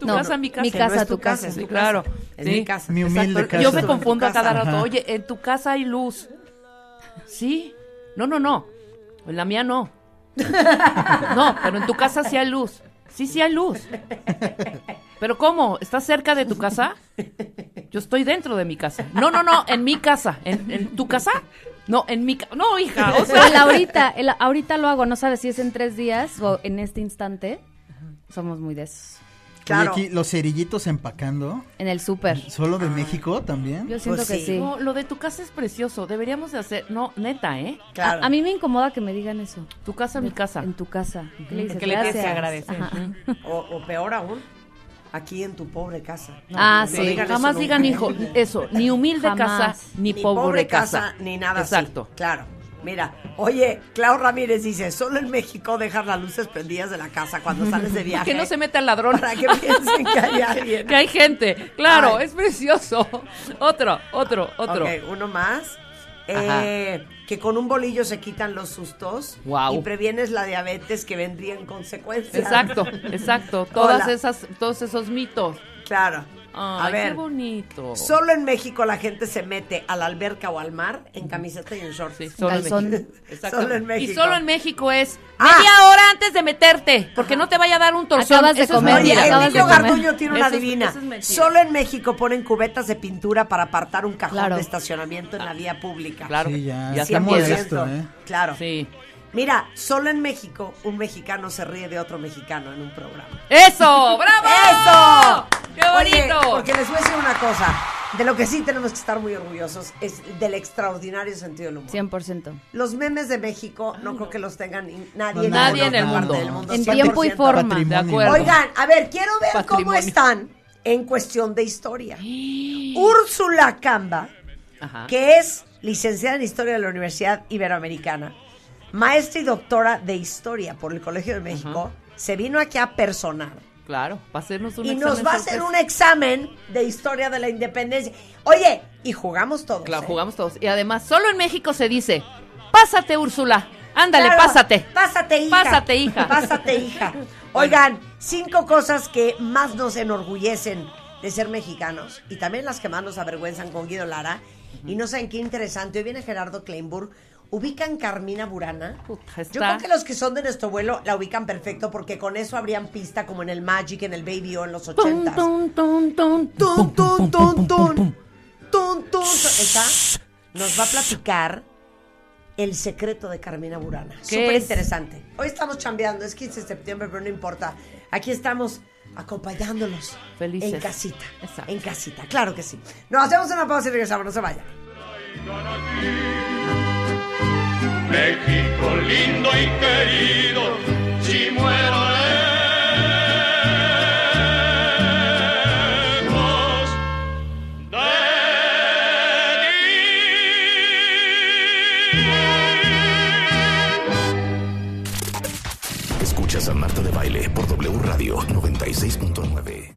[SPEAKER 4] Tu
[SPEAKER 5] No,
[SPEAKER 4] casa,
[SPEAKER 5] no,
[SPEAKER 4] mi casa.
[SPEAKER 5] mi
[SPEAKER 2] que
[SPEAKER 5] casa,
[SPEAKER 2] no es
[SPEAKER 5] tu casa.
[SPEAKER 2] es
[SPEAKER 4] Sí,
[SPEAKER 2] tu
[SPEAKER 4] claro.
[SPEAKER 2] casa. Es
[SPEAKER 4] Sí.
[SPEAKER 2] mi casa.
[SPEAKER 6] Mi humilde
[SPEAKER 2] Exacto,
[SPEAKER 6] casa.
[SPEAKER 4] Yo
[SPEAKER 2] es
[SPEAKER 4] me
[SPEAKER 2] tu
[SPEAKER 4] confundo a
[SPEAKER 2] casa.
[SPEAKER 4] cada rato.
[SPEAKER 6] Ajá.
[SPEAKER 4] Oye, en tu casa hay luz. Sí. No, no, no. En la mía no. No, pero en tu casa sí hay luz. Sí, sí hay luz. Pero ¿cómo? ¿Estás cerca de tu casa? Yo estoy dentro de mi casa. No, no, no, en mi casa. ¿En, en tu casa? No, en mi casa. No, hija. O
[SPEAKER 5] Pero el
[SPEAKER 4] sea,
[SPEAKER 5] ahorita, el ahorita lo hago, no sabes si es en tres días o en este instante. Somos muy de esos.
[SPEAKER 2] Claro.
[SPEAKER 6] Y aquí los cerillitos empacando.
[SPEAKER 5] En el súper.
[SPEAKER 6] Solo de México también.
[SPEAKER 5] Ah. Yo siento
[SPEAKER 2] Pues
[SPEAKER 5] que
[SPEAKER 2] sí.
[SPEAKER 5] sí.
[SPEAKER 4] no, lo de tu casa es precioso. Deberíamos de hacer. No, neta, ¿eh?
[SPEAKER 2] Claro.
[SPEAKER 5] A, a mí me incomoda que me digan eso.
[SPEAKER 4] Tu casa, mi casa.
[SPEAKER 5] En tu casa. ¿Qué le dices?
[SPEAKER 7] Que le tienes que
[SPEAKER 5] Gracias.
[SPEAKER 7] agradecer.
[SPEAKER 5] Ajá.
[SPEAKER 2] O, o peor aún, aquí en tu pobre casa.
[SPEAKER 5] ah,
[SPEAKER 2] no
[SPEAKER 5] sí.
[SPEAKER 2] digan eso
[SPEAKER 4] Jamás
[SPEAKER 2] nunca.
[SPEAKER 4] digan hijo, eso, ni humilde
[SPEAKER 5] Jamás.
[SPEAKER 4] casa, ni, pobre, casa.
[SPEAKER 2] ni nada
[SPEAKER 4] Exacto.
[SPEAKER 2] así. Claro. Mira, oye, Clau Ramírez dice, solo en México dejas las luces prendidas de la casa cuando sales de viaje.
[SPEAKER 4] Que no se meta el ladrón.
[SPEAKER 2] Para que piensen que hay alguien.
[SPEAKER 4] Que hay gente. Claro,
[SPEAKER 2] Ay.
[SPEAKER 4] es precioso. Otro, otro, otro.
[SPEAKER 2] Ok, uno más.
[SPEAKER 4] Ajá.
[SPEAKER 2] Eh, que con un bolillo se quitan los sustos
[SPEAKER 4] Guau.
[SPEAKER 2] y previenes la diabetes que vendría en consecuencia.
[SPEAKER 4] Exacto, exacto. Todas
[SPEAKER 2] Hola.
[SPEAKER 4] esas, todos esos mitos.
[SPEAKER 2] Claro.
[SPEAKER 4] Ay,
[SPEAKER 2] a ver,
[SPEAKER 4] qué bonito.
[SPEAKER 2] solo en México la gente se mete a la alberca o al mar en camiseta y en shorts.
[SPEAKER 4] Sí, solo en
[SPEAKER 5] Calzón.
[SPEAKER 4] México. Exacto.
[SPEAKER 2] Solo en México.
[SPEAKER 4] Y solo en México es
[SPEAKER 2] Ah.
[SPEAKER 4] media hora antes de meterte, porque no te vaya a dar un torzón.
[SPEAKER 5] Acabas de
[SPEAKER 4] Eso es
[SPEAKER 5] comer,
[SPEAKER 2] Oye,
[SPEAKER 4] mentira.
[SPEAKER 5] mira, acabas de
[SPEAKER 2] Emilio
[SPEAKER 5] comer.
[SPEAKER 2] Garduño tiene una
[SPEAKER 4] Eso es-
[SPEAKER 2] divina.
[SPEAKER 4] eso es mentira.
[SPEAKER 2] Solo en México ponen cubetas de pintura para apartar un cajón
[SPEAKER 5] Claro.
[SPEAKER 2] de estacionamiento en la vía pública.
[SPEAKER 4] Claro.
[SPEAKER 6] Sí, ya,
[SPEAKER 4] Ya
[SPEAKER 2] 100%.
[SPEAKER 6] está
[SPEAKER 4] estamos de
[SPEAKER 6] modesto, ¿eh?
[SPEAKER 2] Claro.
[SPEAKER 4] Sí.
[SPEAKER 2] Mira, solo en México un mexicano se ríe de otro mexicano en un programa.
[SPEAKER 4] ¡Eso! ¡Bravo! ¡Qué
[SPEAKER 2] Oye,
[SPEAKER 4] bonito!
[SPEAKER 2] porque les voy a decir una cosa. De lo que sí tenemos que estar muy orgullosos es del extraordinario sentido del humor.
[SPEAKER 5] 100%.
[SPEAKER 2] Los memes de México no creo que los tengan ni- nadie,
[SPEAKER 6] No,
[SPEAKER 2] en
[SPEAKER 4] nadie
[SPEAKER 2] ninguna
[SPEAKER 4] en el
[SPEAKER 2] parte
[SPEAKER 4] mundo.
[SPEAKER 2] del mundo.
[SPEAKER 5] En tiempo y
[SPEAKER 2] 100%.
[SPEAKER 5] forma.
[SPEAKER 4] De
[SPEAKER 6] Patrimonio.
[SPEAKER 4] acuerdo.
[SPEAKER 2] Oigan, a ver, quiero ver cómo
[SPEAKER 4] Patrimonio.
[SPEAKER 2] están en cuestión de historia. Úrsula Camba,
[SPEAKER 4] Ajá.
[SPEAKER 2] que es licenciada en Historia de la Universidad Iberoamericana, maestra y doctora de Historia por el Colegio de México, se vino aquí a personar.
[SPEAKER 4] Claro, va a hacernos un
[SPEAKER 2] Y
[SPEAKER 4] examen pues
[SPEAKER 2] nos va a hacer
[SPEAKER 4] sorpresa.
[SPEAKER 2] un examen de historia de la independencia. Oye, y jugamos todos.
[SPEAKER 4] Claro,
[SPEAKER 2] ¿eh?
[SPEAKER 4] jugamos todos. Y además, solo en México se dice, pásate, Úrsula. Ándale,
[SPEAKER 2] Claro,
[SPEAKER 4] pásate.
[SPEAKER 2] Pásate, hija.
[SPEAKER 4] Pásate, hija.
[SPEAKER 2] Pásate, hija. Oigan, cinco cosas que más nos enorgullecen de ser mexicanos y también las que más nos avergüenzan con Guido Lara. Y no saben qué interesante. Hoy viene Gerardo Kleinburg. Ubican Carmina Burana.
[SPEAKER 4] Puta,
[SPEAKER 2] Yo
[SPEAKER 4] está-
[SPEAKER 2] creo que los que son de nuestro vuelo la ubican perfecto porque con eso habrían pista como en el Magic, en el Baby O en los
[SPEAKER 4] Tum,
[SPEAKER 2] ochentas.
[SPEAKER 4] tum, tum, tum.
[SPEAKER 2] Tun, tun, tun, tun. Tun, tun, tun. Esa nos va a platicar el secreto de Carmina Burana.
[SPEAKER 4] ¿Qué
[SPEAKER 2] Súper
[SPEAKER 4] es?
[SPEAKER 2] interesante. Hoy estamos chambeando, es 15 de septiembre, pero no importa. Aquí estamos acompañándolos.
[SPEAKER 4] Felices.
[SPEAKER 2] En casita.
[SPEAKER 4] Exacto.
[SPEAKER 2] En casita, claro que sí. Nos hacemos una pausa y regresamos, no se vayan.
[SPEAKER 8] México lindo y querido, chimuelo.